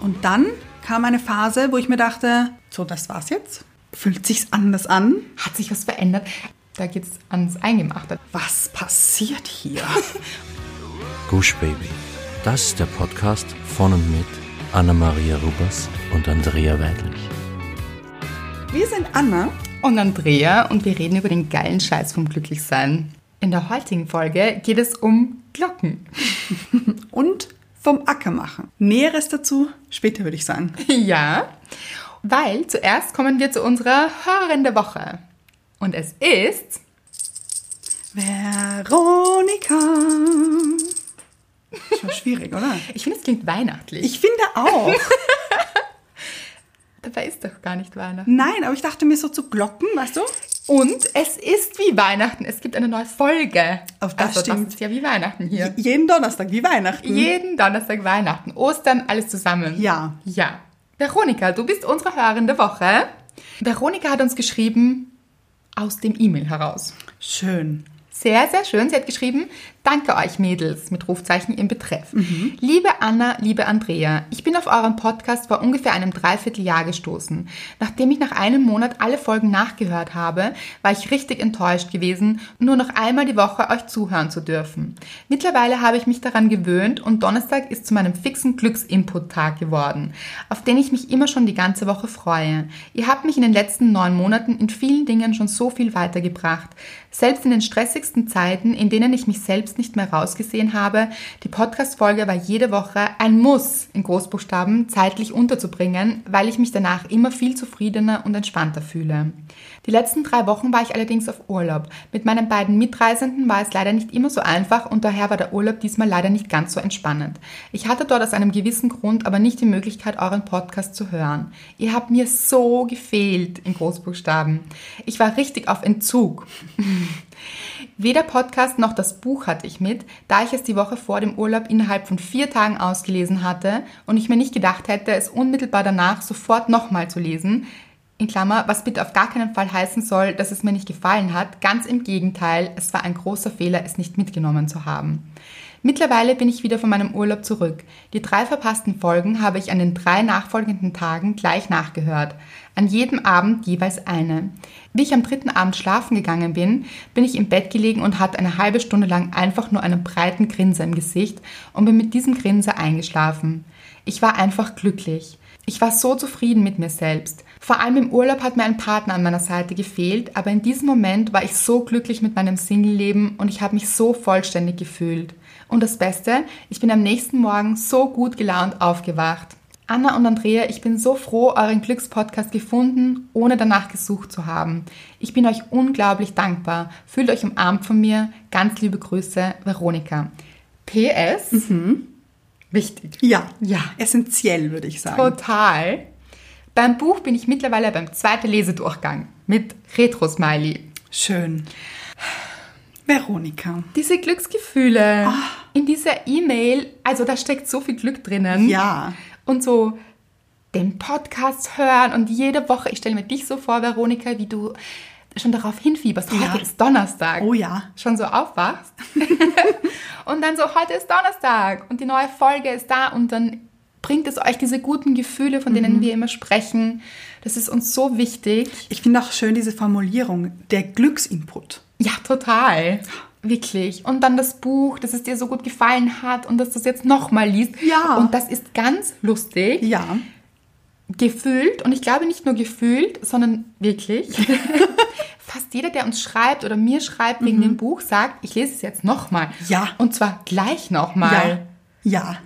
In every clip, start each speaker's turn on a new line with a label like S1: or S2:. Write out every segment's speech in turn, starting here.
S1: Und dann kam eine Phase, wo ich mir dachte, so, das war's jetzt. Fühlt sich's anders an?
S2: Hat sich was verändert? Da geht's ans Eingeben. Achtet.
S1: Was passiert hier?
S3: Gush Baby. Das ist der Podcast von und mit Anna-Maria Rubers und Andrea Weidlich.
S1: Wir sind Anna.
S2: Und Andrea und wir reden über den geilen Scheiß vom Glücklichsein. In der heutigen Folge geht es um Glocken.
S1: Und vom Acker machen. Näheres dazu später, würde ich sagen.
S2: ja, weil zuerst kommen wir zu unserer Hörerin der Woche. Und es ist
S1: Veronika. Schon schwierig, oder?
S2: Ich finde, es klingt weihnachtlich.
S1: Ich finde auch.
S2: Dabei ist doch gar nicht Weihnachten.
S1: Nein, aber ich dachte mir so zu Glocken, weißt du?
S2: Und es ist wie Weihnachten. Es gibt eine neue Folge.
S1: Auf das
S2: also,
S1: stimmt.
S2: das ist ja wie Weihnachten hier.
S1: Jeden Donnerstag, wie Weihnachten.
S2: Jeden Donnerstag Weihnachten, Ostern, alles zusammen.
S1: Ja.
S2: Ja. Veronika, du bist unsere Hörerin der Woche. Veronika hat uns geschrieben aus dem E-Mail heraus.
S1: Schön.
S2: Sehr, sehr schön. Sie hat geschrieben, danke euch Mädels mit Rufzeichen im Betreff. Liebe Anna, liebe Andrea, ich bin auf euren Podcast vor ungefähr einem Dreivierteljahr gestoßen. Nachdem ich nach einem Monat alle Folgen nachgehört habe, war ich richtig enttäuscht gewesen, nur noch einmal die Woche euch zuhören zu dürfen. Mittlerweile habe ich mich daran gewöhnt und Donnerstag ist zu meinem fixen Glücksinput-Tag geworden, auf den ich mich immer schon die ganze Woche freue. Ihr habt mich in den letzten neun Monaten in vielen Dingen schon so viel weitergebracht. Selbst in den stressigsten Zeiten, in denen ich mich selbst nicht mehr rausgesehen habe, die Podcast-Folge war jede Woche ein Muss in Großbuchstaben zeitlich unterzubringen, weil ich mich danach immer viel zufriedener und entspannter fühle. Die letzten drei Wochen war ich allerdings auf Urlaub. Mit meinen beiden Mitreisenden war es leider nicht immer so einfach und daher war der Urlaub diesmal leider nicht ganz so entspannend. Ich hatte dort aus einem gewissen Grund aber nicht die Möglichkeit, euren Podcast zu hören. Ihr habt mir so gefehlt in Großbuchstaben. Ich war richtig auf Entzug. Weder Podcast noch das Buch hatte ich mit, da ich es die Woche vor dem Urlaub innerhalb von vier Tagen ausgelesen hatte und ich mir nicht gedacht hätte, es unmittelbar danach sofort nochmal zu lesen. In Klammer, was bitte auf gar keinen Fall heißen soll, dass es mir nicht gefallen hat. Ganz im Gegenteil, es war ein großer Fehler, es nicht mitgenommen zu haben. Mittlerweile bin ich wieder von meinem Urlaub zurück. Die drei verpassten Folgen habe ich an den drei nachfolgenden Tagen gleich nachgehört. An jedem Abend jeweils eine. Wie ich am dritten Abend schlafen gegangen bin, bin ich im Bett gelegen und hatte eine halbe Stunde lang einfach nur einen breiten Grinser im Gesicht und bin mit diesem Grinser eingeschlafen. Ich war einfach glücklich. Ich war so zufrieden mit mir selbst. Vor allem im Urlaub hat mir ein Partner an meiner Seite gefehlt, aber in diesem Moment war ich so glücklich mit meinem Single-Leben und ich habe mich so vollständig gefühlt. Und das Beste, ich bin am nächsten Morgen so gut gelaunt aufgewacht. Anna und Andrea, ich bin so froh, euren Glückspodcast gefunden, ohne danach gesucht zu haben. Ich bin euch unglaublich dankbar. Fühlt euch umarmt von mir. Ganz liebe Grüße, Veronika. PS. Mhm. Wichtig.
S1: Ja.
S2: Ja.
S1: Essentiell, würde ich sagen.
S2: Total. Beim Buch bin ich mittlerweile beim zweiten Lesedurchgang mit Retro-Smiley.
S1: Schön. Veronika.
S2: Diese Glücksgefühle Ah. in dieser E-Mail, also da steckt so viel Glück drinnen.
S1: Ja.
S2: Und so den Podcast hören und jede Woche, ich stelle mir dich so vor, Veronika, wie du schon darauf hinfieberst. Heute
S1: Ja.
S2: ist Donnerstag.
S1: Oh ja.
S2: Schon so aufwachst. und dann so, heute ist Donnerstag und die neue Folge ist da und dann bringt es euch diese guten Gefühle, von
S1: Mhm.
S2: denen wir immer sprechen. Das ist uns so wichtig.
S1: Ich finde auch schön diese Formulierung, der Glücksinput.
S2: Ja, total. Wirklich. Und dann das Buch, dass es dir so gut gefallen hat und dass du es jetzt nochmal liest.
S1: Ja.
S2: Und das ist ganz lustig.
S1: Ja.
S2: Gefühlt, und ich glaube nicht nur gefühlt, sondern wirklich. Fast jeder, der uns schreibt oder mir schreibt wegen dem Buch, sagt, ich lese es jetzt nochmal.
S1: Mhm. Ja.
S2: Und zwar gleich nochmal.
S1: Ja. Ja.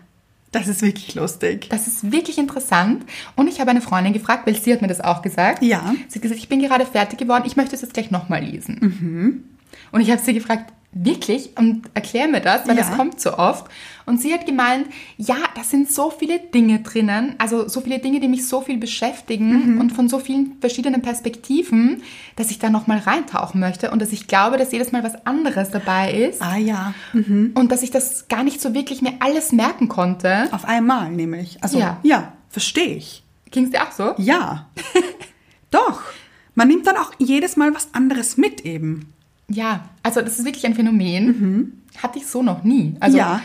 S1: Das ist wirklich lustig.
S2: Das ist wirklich interessant. Und ich habe eine Freundin gefragt, weil sie hat mir das auch gesagt.
S1: Ja.
S2: Sie hat gesagt, ich bin gerade fertig geworden, ich möchte es jetzt gleich nochmal lesen.
S1: Mhm.
S2: Und ich habe sie gefragt, wirklich? Und erklär mir das, weil
S1: Ja.
S2: das kommt so oft. Und sie hat gemeint, ja, da sind so viele Dinge drinnen, also so viele Dinge, die mich so viel
S1: Mhm.
S2: beschäftigen und von so vielen verschiedenen Perspektiven, dass ich da nochmal reintauchen möchte und dass ich glaube, dass jedes Mal was anderes dabei ist
S1: Ah ja.
S2: und dass ich das gar nicht so wirklich mir alles merken konnte.
S1: Auf einmal nämlich. Also
S2: Ja.
S1: ja, verstehe ich.
S2: Ging es dir auch so?
S1: Ja. Doch. Man nimmt dann auch jedes Mal was anderes mit eben.
S2: Ja, also das ist wirklich ein Phänomen. Hatte ich so noch nie. Also
S1: Mhm. Ja.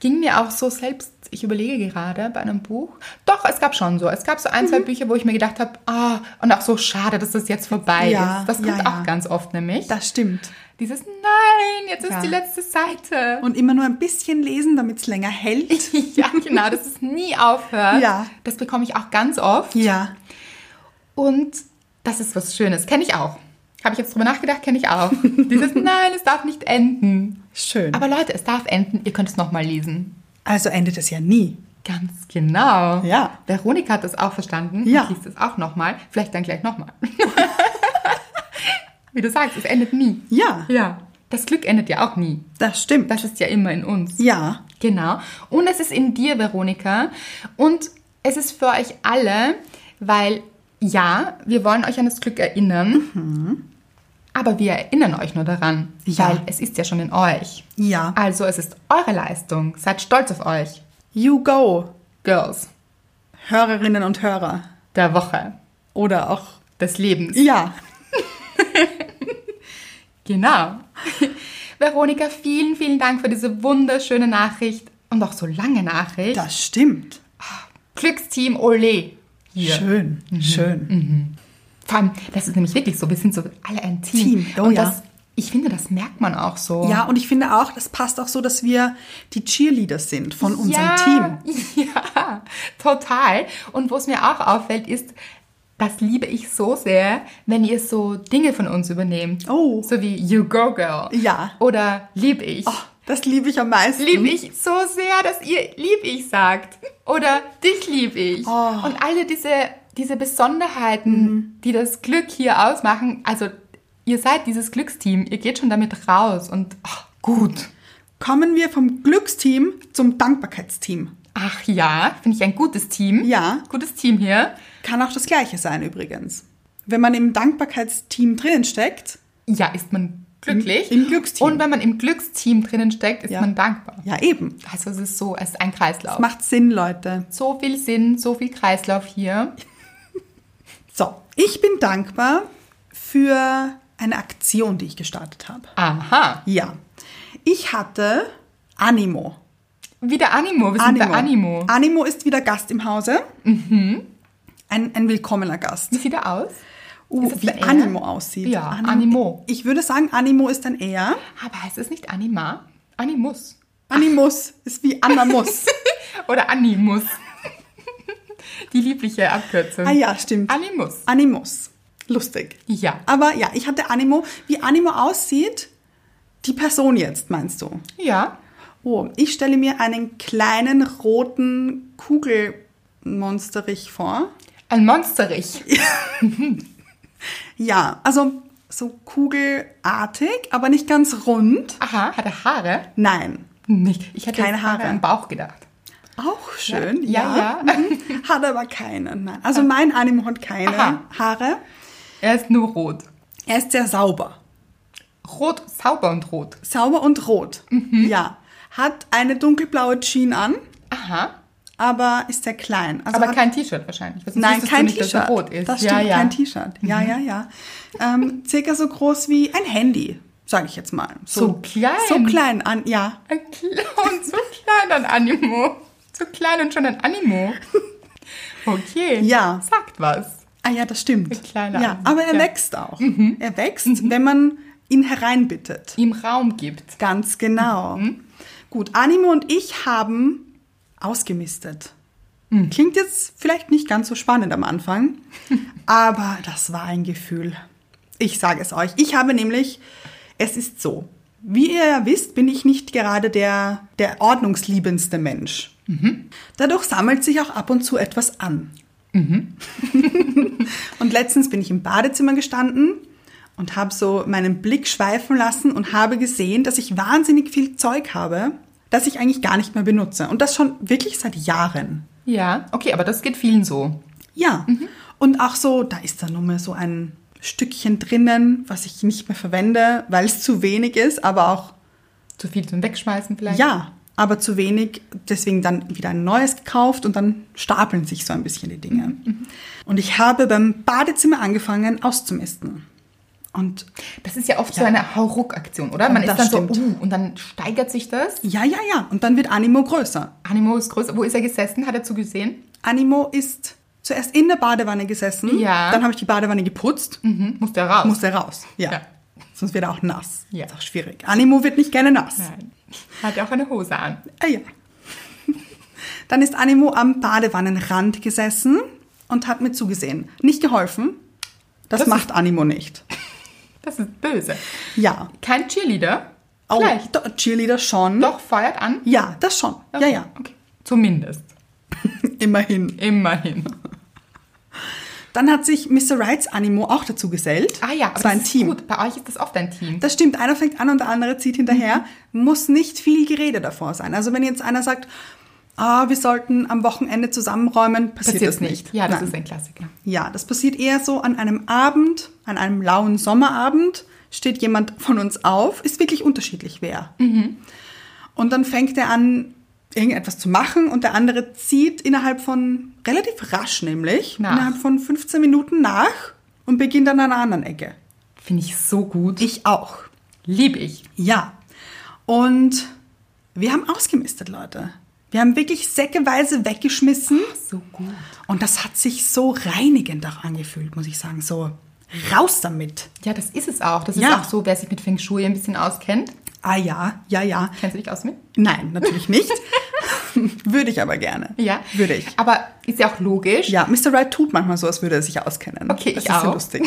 S2: ging mir auch so selbst, ich überlege gerade bei einem Buch. Doch, es gab schon so. Es gab so ein,
S1: Mhm.
S2: zwei Bücher, wo ich mir gedacht habe, ah, und auch so schade, dass das jetzt vorbei
S1: Ja,
S2: ist. Das kommt
S1: ja, ja.
S2: auch ganz oft nämlich.
S1: Das stimmt.
S2: Dieses Nein, jetzt
S1: Ja.
S2: ist die letzte Seite.
S1: Und immer nur ein bisschen lesen, damit es länger hält.
S2: ja, genau, dass es nie aufhört.
S1: Ja.
S2: Das bekomme ich auch ganz oft.
S1: Ja.
S2: Und das ist was Schönes. Kenne ich auch. Habe ich jetzt drüber nachgedacht, kenne ich auch. Dieses Nein, es darf nicht enden.
S1: Schön.
S2: Aber Leute, es darf enden. Ihr könnt es nochmal lesen.
S1: also endet es ja nie.
S2: Ganz genau.
S1: Ja.
S2: Veronika hat das auch verstanden.
S1: Ja.
S2: Und liest es auch nochmal. Vielleicht dann gleich nochmal. Wie du sagst, es endet nie.
S1: Ja,
S2: Ja. Das Glück endet ja auch nie.
S1: das stimmt.
S2: Das ist ja immer in uns.
S1: ja.
S2: Genau. Und es ist in dir, Veronika. Und es ist für euch alle, weil ja, wir wollen euch an das Glück erinnern. Aber wir erinnern euch nur daran,
S1: Mhm. Ja.
S2: weil es ist ja schon in euch.
S1: Ja.
S2: Also es ist eure Leistung. Seid stolz auf euch.
S1: You go,
S2: Girls
S1: Hörerinnen und Hörer.
S2: der Woche,
S1: Oder auch.
S2: des Lebens.
S1: Ja.
S2: Genau. Veronika, vielen, vielen Dank für diese wunderschöne Nachricht und auch so lange Nachricht.
S1: Das stimmt.
S2: Glücksteam Ole. Hier.
S1: Schön, schön.
S2: Vor allem, das ist nämlich wirklich so, wir sind so alle ein Team.
S1: Team, oh
S2: und
S1: ja.
S2: das, ich finde, das merkt man auch so.
S1: Ja, und ich finde auch, das passt auch so, dass wir die Cheerleader sind von unserem Team.
S2: Team. Ja, total. Und was mir auch auffällt, ist, das liebe ich so sehr, wenn ihr so Dinge von uns übernehmt.
S1: Oh.
S2: So wie You Go Girl.
S1: Ja.
S2: Oder Lieb ich.
S1: Oh, Mhm. das liebe ich am meisten.
S2: Lieb ich so sehr, dass ihr lieb ich sagt. Oder dich lieb ich.
S1: Oh.
S2: Und alle diese, diese Besonderheiten,
S1: Mhm.
S2: die das Glück hier ausmachen. Also, ihr seid dieses Glücksteam. Ihr geht schon damit raus und ach, gut.
S1: Kommen wir vom Glücksteam zum Dankbarkeitsteam.
S2: Ach ja, finde ich ein gutes Team.
S1: Ja.
S2: Gutes Team hier.
S1: Kann auch das Gleiche sein übrigens. Wenn man im Dankbarkeitsteam drinnen steckt,
S2: Ja, ist man glücklich.
S1: Im- im Glücksteam.
S2: Und wenn man im Glücksteam drinnen steckt, ist
S1: Ja.
S2: man dankbar.
S1: ja eben.
S2: Also, es ist so, es ist ein Kreislauf.
S1: Macht Sinn, Leute.
S2: so viel Sinn, so viel Kreislauf hier.
S1: So, ich bin dankbar für eine Aktion, die ich gestartet habe.
S2: Aha.
S1: Ja. Ich hatte Animo.
S2: Wieder Animo. Wir sind bei Animo. Mhm.
S1: Animo ist wieder Gast im Hause. Ein, ein willkommener Gast.
S2: Wie sieht er aus?
S1: Uh,
S2: Ist das
S1: wie
S2: ein R?
S1: Animo aussieht.
S2: Ja, Animo.
S1: Ich würde sagen, Animo ist ein Er.
S2: Aber heißt es nicht Anima? Animus.
S1: Animus ist wie Anamus.
S2: Oder Animus. Die liebliche Abkürzung.
S1: ah ja, stimmt.
S2: Animus.
S1: Animus. Lustig.
S2: Ja.
S1: Aber ja, ich hatte Animo. Wie Animo aussieht, die Person jetzt, meinst du?
S2: Ja.
S1: Oh, ich stelle mir einen kleinen roten Kugelmonsterich vor.
S2: Ein Monsterich.
S1: Ja, also so kugelartig, aber nicht ganz rund.
S2: Aha, hat er Haare?
S1: Nein.
S2: Nicht. Ich hätte
S1: Keine
S2: jetzt
S1: Haare.
S2: am Bauch gedacht.
S1: Auch schön,
S2: Ja,
S1: ja.
S2: ja.
S1: Mhm. Hat aber keine. Nein. Also mein Animo hat keine
S2: Aha.
S1: Haare.
S2: Er ist nur rot.
S1: Er ist sehr sauber.
S2: Rot, sauber und rot.
S1: Sauber und rot.
S2: Mhm.
S1: Ja. Hat eine dunkelblaue Jean an,
S2: Aha.
S1: aber ist sehr klein. Also
S2: Aber
S1: hat,
S2: kein T-Shirt wahrscheinlich. weil sonst
S1: Nein,
S2: wüsstest
S1: kein
S2: du nicht, dass er
S1: T-Shirt.
S2: Rot ist.
S1: Das
S2: ja,
S1: stimmt,
S2: ja. Mhm.
S1: kein T-Shirt. Ja, ja, ja. Ähm, circa so groß wie ein Handy, sage ich jetzt mal.
S2: So klein?
S1: So klein an, ja.
S2: Ein Clown, so klein ein Animo. So klein und schon ein Animo. Okay.
S1: Ja.
S2: Sagt was.
S1: Ah ja, das stimmt.
S2: Ein kleiner
S1: ja,
S2: Animo,
S1: aber er
S2: ja. Mhm.
S1: wächst auch. Er wächst, wenn man ihn hereinbittet.
S2: Ihm Raum gibt.
S1: Ganz genau. Gut, Animo und ich haben ausgemistet. Klingt jetzt vielleicht nicht ganz so spannend am Anfang, aber das war ein Gefühl. Ich sage es euch. Ich habe nämlich, es ist so. Wie ihr ja wisst, bin ich nicht gerade der, der ordnungsliebendste Mensch. Dadurch sammelt sich auch ab und zu etwas an. Und letztens bin ich im Badezimmer gestanden und habe so meinen Blick schweifen lassen und habe gesehen, dass ich wahnsinnig viel Zeug habe, das ich eigentlich gar nicht mehr benutze. Und das schon wirklich seit Jahren.
S2: Ja. Okay, aber das geht vielen so.
S1: Ja. Und auch so, da ist dann nur mehr so ein Stückchen drinnen, was ich nicht mehr verwende, weil es zu wenig ist, aber auch,
S2: Zu viel zum Wegschmeißen vielleicht.
S1: ja, aber zu wenig, deswegen dann wieder ein neues gekauft und dann stapeln sich so ein bisschen die Dinge. Und ich habe beim Badezimmer angefangen auszumisten. Und
S2: Das ist ja oft so eine Hauruck-Aktion, oder? Man
S1: Und
S2: ist
S1: das
S2: dann so,
S1: stimmt.
S2: uh, und dann steigert sich das.
S1: ja, ja, ja. Und dann wird Animo größer.
S2: Animo ist größer. Wo ist er gesessen? Hat er zugesehen?
S1: Animo ist zuerst in der Badewanne gesessen.
S2: Ja.
S1: Dann habe ich die Badewanne geputzt.
S2: Mhm. Musste er raus.
S1: Muss er raus. Ja.
S2: Ja.
S1: Sonst wird er auch nass.
S2: Ja.
S1: Ist auch schwierig. Animo wird nicht gerne nass.
S2: Nein. Hat ja auch eine Hose an.
S1: Ah ja. Dann ist Animo am Badewannenrand gesessen und hat mir zugesehen. Nicht geholfen. Das,
S2: Das
S1: macht Animo nicht.
S2: Das ist böse.
S1: Ja.
S2: Kein Cheerleader.
S1: Au,
S2: Vielleicht.
S1: do- Cheerleader schon.
S2: Doch, feuert an.
S1: Ja, das schon. Ja,
S2: Okay.
S1: ja.
S2: Okay. Zumindest.
S1: Immerhin.
S2: Immerhin.
S1: Dann hat sich Mr. Wrights Animo auch dazu gesellt.
S2: Ah ja, aber
S1: Es war
S2: das
S1: ein
S2: ist
S1: Team.
S2: gut. Bei euch ist das oft ein Team.
S1: Das stimmt, einer fängt an und der andere zieht hinterher.
S2: Mhm.
S1: Muss nicht viel Gerede davor sein. Also wenn jetzt einer sagt, ah, wir sollten am Wochenende zusammenräumen, passiert, das nicht.
S2: Ja, das
S1: Nein.
S2: ist ein Klassiker.
S1: ja, das passiert eher so an einem Abend, an einem lauen Sommerabend, steht jemand von uns auf, ist wirklich unterschiedlich wer.
S2: Mhm.
S1: Und dann fängt er an, irgendetwas zu machen und der andere zieht innerhalb von, relativ rasch nämlich,
S2: Nach.
S1: innerhalb von 15 Minuten nach und beginnt an einer anderen Ecke.
S2: Finde ich so gut.
S1: Ich auch.
S2: Liebe ich.
S1: Ja. Und wir haben ausgemistet, Leute. Wir haben wirklich säckeweise weggeschmissen.
S2: So gut.
S1: Und das hat sich so reinigend auch angefühlt, muss ich sagen. So raus damit.
S2: Ja, das ist es auch. Das ist
S1: Ja.
S2: auch so, wer sich mit Feng Shui ein bisschen auskennt.
S1: Ah ja, ja, ja.
S2: Kennst du dich aus mit?
S1: Nein, natürlich nicht. würde ich aber gerne.
S2: Ja.
S1: Würde ich.
S2: Aber ist ja auch logisch.
S1: Ja, Mr. Wright tut manchmal so, als würde er sich auskennen.
S2: Okay,
S1: das
S2: ich
S1: ist so
S2: auch.
S1: lustig.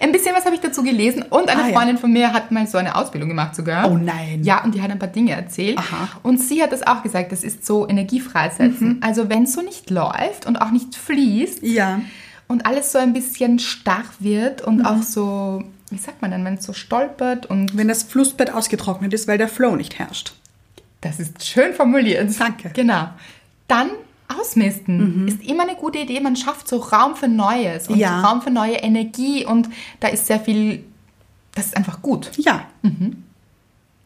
S2: Ein bisschen was habe ich dazu gelesen und eine
S1: Ah, ja.
S2: Freundin von mir hat mal so eine Ausbildung gemacht sogar.
S1: Oh nein.
S2: Ja, und die hat ein paar Dinge erzählt.
S1: Aha. Mhm.
S2: Und sie hat das auch gesagt, das ist so energiefreisetzen. Also wenn es so nicht läuft und auch nicht fließt
S1: ja.
S2: und alles so ein bisschen starr wird und
S1: Mhm.
S2: auch so, wie sagt man denn, wenn es so stolpert und
S1: Wenn das Flussbett ausgetrocknet ist, weil der Flow nicht herrscht.
S2: das ist schön formuliert.
S1: Danke. Mhm.
S2: Genau. Dann ausmisten ist immer eine gute Idee. Man schafft so Raum für Neues und
S1: Ja.
S2: Raum für neue Energie und da ist sehr viel, das ist einfach gut.
S1: Ja.
S2: Mhm.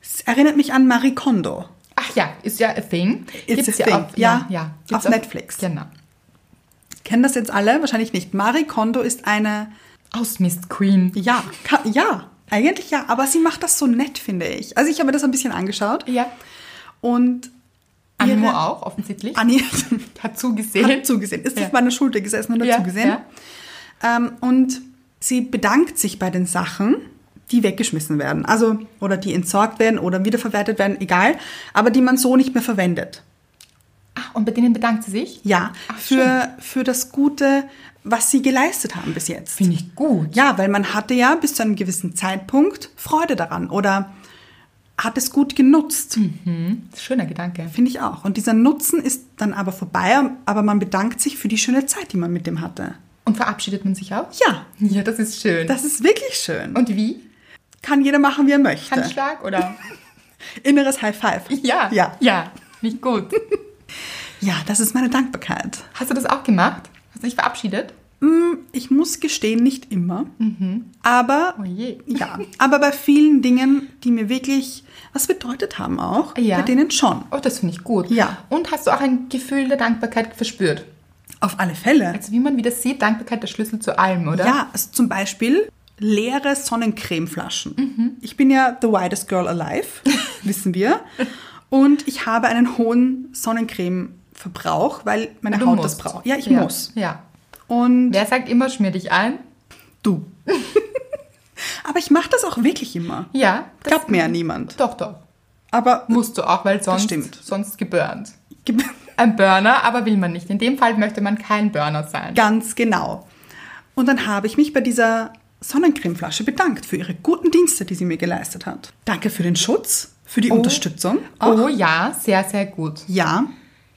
S1: Es erinnert mich an Marie Kondo.
S2: Ach ja, ist ja a thing.
S1: It's a
S2: ja
S1: thing,
S2: Auf, ja,
S1: ja,
S2: ja,
S1: auf Netflix.
S2: Genau.
S1: Kennen das jetzt alle? Wahrscheinlich nicht. Marie Kondo ist eine
S2: Ausmist Queen.
S1: Ja, ka- ja, eigentlich ja, aber sie macht das so nett, finde ich. Also ich habe mir das ein bisschen angeschaut
S2: Ja.
S1: und
S2: Animo
S1: ihre-
S2: auch, offensichtlich.
S1: Anni
S2: hat zugesehen.
S1: hat zugesehen, ist
S2: Ja.
S1: auf meiner Schulter gesessen und hat
S2: Ja,
S1: zugesehen.
S2: ja.
S1: Ähm, und sie bedankt sich bei den Sachen, die weggeschmissen werden, also oder die entsorgt werden oder wiederverwertet werden, egal, aber die man so nicht mehr verwendet.
S2: Ach, Ah, und bei denen bedankt sie sich?
S1: Ja,
S2: Ach,
S1: für, für das Gute, was sie geleistet haben bis jetzt.
S2: Finde ich gut.
S1: Ja, weil man hatte ja bis zu einem gewissen Zeitpunkt Freude daran oder hat es gut genutzt,
S2: Hm. Schöner Gedanke.
S1: finde ich auch. Und dieser Nutzen ist dann aber vorbei, aber man bedankt sich für die schöne Zeit, die man mit dem hatte.
S2: Und verabschiedet man sich auch?
S1: Ja,
S2: Ja, das ist schön.
S1: das ist wirklich schön. Und
S2: und wie?
S1: kann jeder machen, wie er möchte.
S2: Handschlag oder?
S1: Inneres High Five.
S2: Ja.
S1: Ja.
S2: Ja. Nicht gut.
S1: Ja, das ist meine Dankbarkeit.
S2: Hast du das auch gemacht? Hast du dich verabschiedet?
S1: Hm, Ich muss gestehen, nicht immer. Aber
S2: Oh je.
S1: ja, aber bei vielen Dingen, die mir wirklich was bedeutet haben auch,
S2: Ja.
S1: bei denen schon.
S2: Oh, das finde ich gut.
S1: Ja.
S2: Und hast du auch ein Gefühl der Dankbarkeit verspürt?
S1: Auf alle Fälle.
S2: Also wie man wieder sieht, Dankbarkeit der Schlüssel zu allem, oder?
S1: Ja, also zum Beispiel leere Sonnencremeflaschen. Ich bin ja the widest girl alive, wissen wir. Und ich habe einen hohen Sonnencremeverbrauch, weil meine
S2: Du
S1: Haut das
S2: musst.
S1: braucht. Ja, ich muss.
S2: Ja.
S1: Und
S2: Wer sagt immer, schmier dich ein?
S1: du. Aber ich mache das auch wirklich immer.
S2: Ja. das-
S1: Glaubt mir ja niemand.
S2: Doch, doch.
S1: Aber
S2: Musst du auch, weil sonst,
S1: stimmt.
S2: sonst geburnt.
S1: ge-
S2: Ein Burner, aber will man nicht. In dem Fall möchte man kein Burner sein.
S1: ganz genau. Und dann habe ich mich bei dieser Sonnencremeflasche bedankt für ihre guten Dienste, die sie mir geleistet hat. Danke für den Schutz, für die Unterstützung. auch.
S2: Oh ja, sehr, sehr gut.
S1: Ja,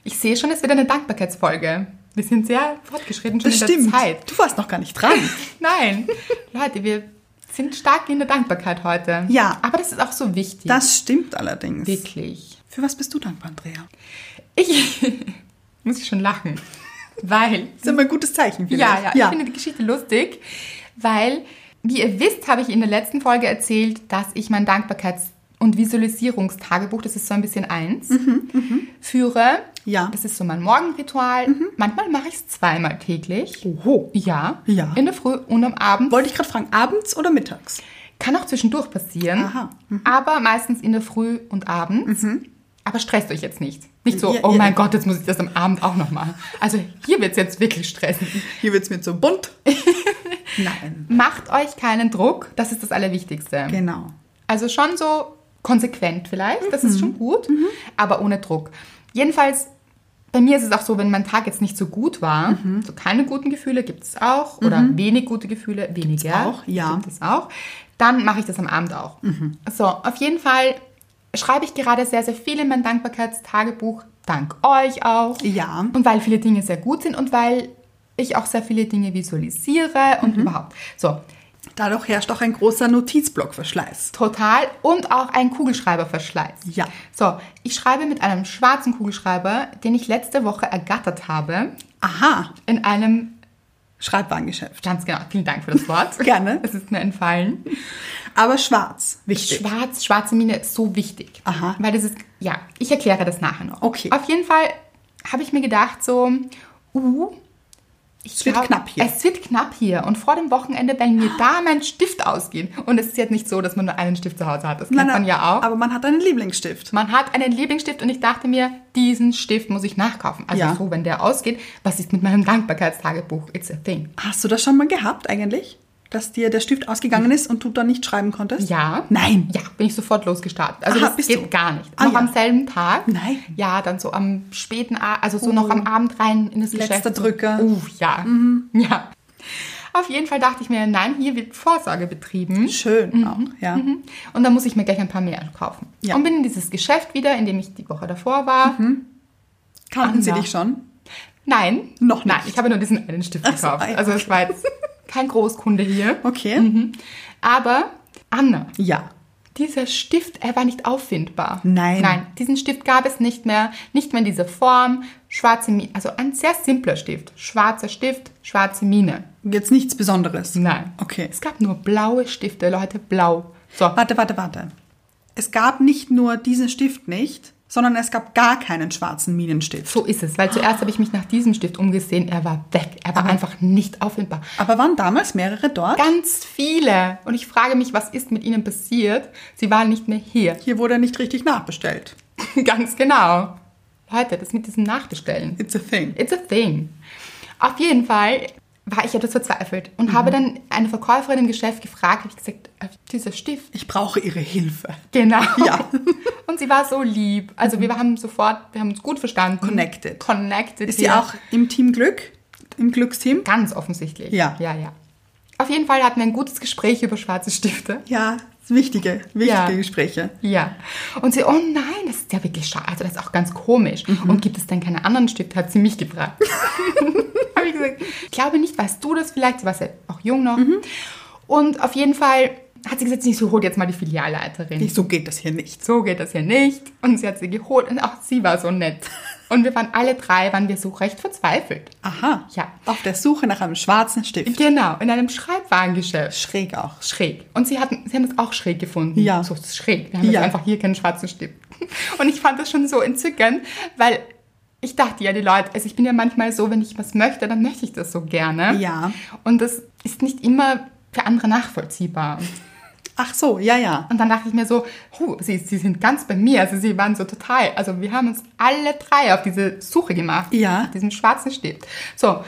S2: Ich sehe schon, es wird eine Dankbarkeitsfolge. Wir sind sehr fortgeschritten schon
S1: Das
S2: in
S1: stimmt.
S2: der Zeit.
S1: Du warst noch gar nicht dran.
S2: Nein, Leute, wir sind stark in der Dankbarkeit heute.
S1: Ja.
S2: Aber das ist auch so wichtig.
S1: Das stimmt allerdings.
S2: Wirklich.
S1: Für was bist du dankbar, Andrea?
S2: Ich muss ich schon lachen, weil
S1: Das ist immer ein gutes Zeichen. finde
S2: Ja,
S1: ich.
S2: ja, ich finde die Geschichte lustig, weil, wie ihr wisst, habe ich in der letzten Folge erzählt, dass ich mein Dankbarkeits- und Visualisierungstagebuch, das ist so ein bisschen eins, führe.
S1: Mhm, Ja. Mhm.
S2: Das ist so mein Morgenritual. Manchmal mache ich es zweimal täglich.
S1: Oho.
S2: Ja.
S1: Ja.
S2: In der Früh und am Abend.
S1: Wollte ich gerade fragen, abends oder mittags?
S2: Kann auch zwischendurch passieren.
S1: Aha. mhm.
S2: Aber meistens in der Früh und abends. Aber stresst euch jetzt nicht. Nicht so,
S1: Ja,
S2: oh
S1: ja.
S2: mein Gott, jetzt muss ich das am Abend auch noch machen. Also hier wird es jetzt wirklich stressen.
S1: Hier wird's mir zu bunt. Nein.
S2: Macht euch keinen Druck, das ist das Allerwichtigste.
S1: Genau.
S2: Also schon so konsequent vielleicht, das
S1: Mhm.
S2: ist schon gut, aber ohne Druck. Jedenfalls, bei mir ist es auch so, wenn mein Tag jetzt nicht so gut war,
S1: Mhm.
S2: so keine guten Gefühle gibt es auch oder wenig gute Gefühle, weniger.
S1: auch, ja. Mhm.
S2: Gibt es auch. Dann mache ich das am Abend auch. So, auf jeden Fall schreibe ich gerade sehr, sehr viel in mein Dankbarkeitstagebuch. Dank euch auch.
S1: Ja.
S2: Und weil viele Dinge sehr gut sind und weil ich auch sehr viele Dinge visualisiere und
S1: Mhm.
S2: überhaupt. So,
S1: Dadurch herrscht auch ein großer Notizblockverschleiß.
S2: Total. Und auch ein Kugelschreiberverschleiß.
S1: Ja.
S2: So, ich schreibe mit einem schwarzen Kugelschreiber, den ich letzte Woche ergattert habe,
S1: Aha,
S2: in einem,
S1: Schreibwarengeschäft.
S2: ganz genau, vielen Dank für das Wort.
S1: Gerne.
S2: Es ist mir entfallen.
S1: Aber schwarz, wichtig.
S2: Schwarz, schwarze Mine ist so wichtig.
S1: Aha.
S2: Weil das ist, ja, ich erkläre das nachher noch.
S1: Okay.
S2: Auf jeden Fall habe ich mir gedacht, so, uh, ich
S1: Es wird knapp hier.
S2: Es wird knapp hier. Und vor dem Wochenende, wenn mir da mein Stift ausgeht, und es ist jetzt nicht so, dass man nur einen Stift zu Hause hat, das kennt man ja auch.
S1: Aber man hat einen Lieblingsstift.
S2: Man hat einen Lieblingsstift und ich dachte mir, diesen Stift muss ich nachkaufen. Also
S1: Ja.
S2: so, wenn der ausgeht, was ist mit meinem Dankbarkeitstagebuch? It's a thing.
S1: Hast du das schon mal gehabt eigentlich? Dass dir der Stift ausgegangen ist und du dann nicht schreiben konntest?
S2: Ja.
S1: Nein.
S2: Ja, bin ich sofort losgestartet. Also
S1: Aha,
S2: das
S1: bist
S2: geht
S1: du?
S2: gar nicht.
S1: Ah,
S2: noch
S1: ja.
S2: am selben Tag.
S1: Nein. Oh.
S2: Ja, dann so am späten Abend, also so noch am Abend rein in das
S1: Letzter
S2: Geschäft.
S1: Drücker. Mhm.
S2: Uh, ja. Ja. Auf jeden Fall dachte ich mir, nein, hier wird Vorsorge betrieben.
S1: Schön
S2: Mhm.
S1: auch, ja.
S2: Und dann muss ich mir gleich ein paar mehr kaufen.
S1: Ja.
S2: Und bin in dieses Geschäft wieder, in dem ich die Woche davor war.
S1: Kannten
S2: Ah,
S1: sie
S2: ja.
S1: dich schon?
S2: Nein.
S1: Noch
S2: Nein,
S1: nicht.
S2: ich habe nur diesen einen Stift
S1: so,
S2: gekauft.
S1: ah ja,
S2: Also es war jetzt kein Großkunde hier.
S1: Okay.
S2: Mhm. Aber Anna,
S1: Ja.
S2: dieser Stift, er war nicht auffindbar.
S1: Nein.
S2: Nein, diesen Stift gab es nicht mehr, nicht mehr in dieser Form. Schwarze Mine, also ein sehr simpler Stift. Schwarzer Stift, schwarze Mine.
S1: Jetzt nichts Besonderes.
S2: Nein.
S1: Okay.
S2: Es gab nur blaue Stifte, Leute, blau. So,
S1: Warte, warte, warte. Es gab nicht nur diesen Stift nicht, sondern es gab gar keinen schwarzen Minenstift.
S2: so ist es. Weil zuerst habe ich mich nach diesem Stift umgesehen, er war weg. Er war einfach nicht auffindbar.
S1: Aber waren damals mehrere dort?
S2: Ganz viele. Und ich frage mich, was ist mit ihnen passiert? Sie waren nicht mehr hier.
S1: Hier wurde er nicht richtig nachbestellt.
S2: Ganz genau. Leute, das mit diesem Nachbestellen.
S1: It's a thing.
S2: It's a thing. Auf jeden Fall war ich etwas verzweifelt und habe
S1: Mhm.
S2: dann eine Verkäuferin im Geschäft gefragt, habe ich gesagt, "Äh, dieser Stift.
S1: Ich brauche ihre Hilfe.
S2: Genau.
S1: Ja. Mhm.
S2: Und sie war so lieb. Also wir haben sofort, wir haben uns gut verstanden.
S1: Connected.
S2: Connected.
S1: Ist sie
S2: ja.
S1: auch im Team Glück? Im Glücksteam?
S2: Ganz offensichtlich.
S1: Ja.
S2: Ja, ja. Auf jeden Fall hatten wir ein gutes Gespräch über schwarze Stifte.
S1: Ja, wichtige, wichtige
S2: Ja.
S1: Gespräche.
S2: Ja. Und sie, oh nein, das ist ja wirklich schade. Also das ist auch ganz komisch. Und gibt es dann keine anderen Stifte? Hat sie mich gefragt. Habe ich gesagt, ich glaube nicht, weißt du das vielleicht? Sie war ja auch jung noch. Und auf jeden Fall hat sie gesagt, sie so, holt jetzt mal die Filialleiterin.
S1: So geht das hier nicht.
S2: so geht das hier nicht. Und sie hat sie geholt und auch sie war so nett. Und wir waren alle drei, waren wir so recht verzweifelt.
S1: Aha.
S2: Ja.
S1: Auf der Suche nach einem schwarzen Stift.
S2: Genau, in einem Schreibwarengeschäft.
S1: Schräg auch.
S2: schräg. Und sie, hatten, sie haben das auch schräg gefunden.
S1: Ja.
S2: So schräg. Wir haben
S1: Ja.
S2: jetzt einfach hier keinen schwarzen Stift. Und ich fand das schon so entzückend, weil ich dachte ja, die Leute, also ich bin ja manchmal so, wenn ich was möchte, dann möchte ich das so gerne.
S1: Ja.
S2: Und das ist nicht immer für andere nachvollziehbar.
S1: Ach so, ja, ja.
S2: Und dann dachte ich mir so, huh, sie, sie sind ganz bei mir. Also sie waren so total, also wir haben uns alle drei auf diese Suche gemacht.
S1: Ja.
S2: Nach diesem schwarzen Stift. So,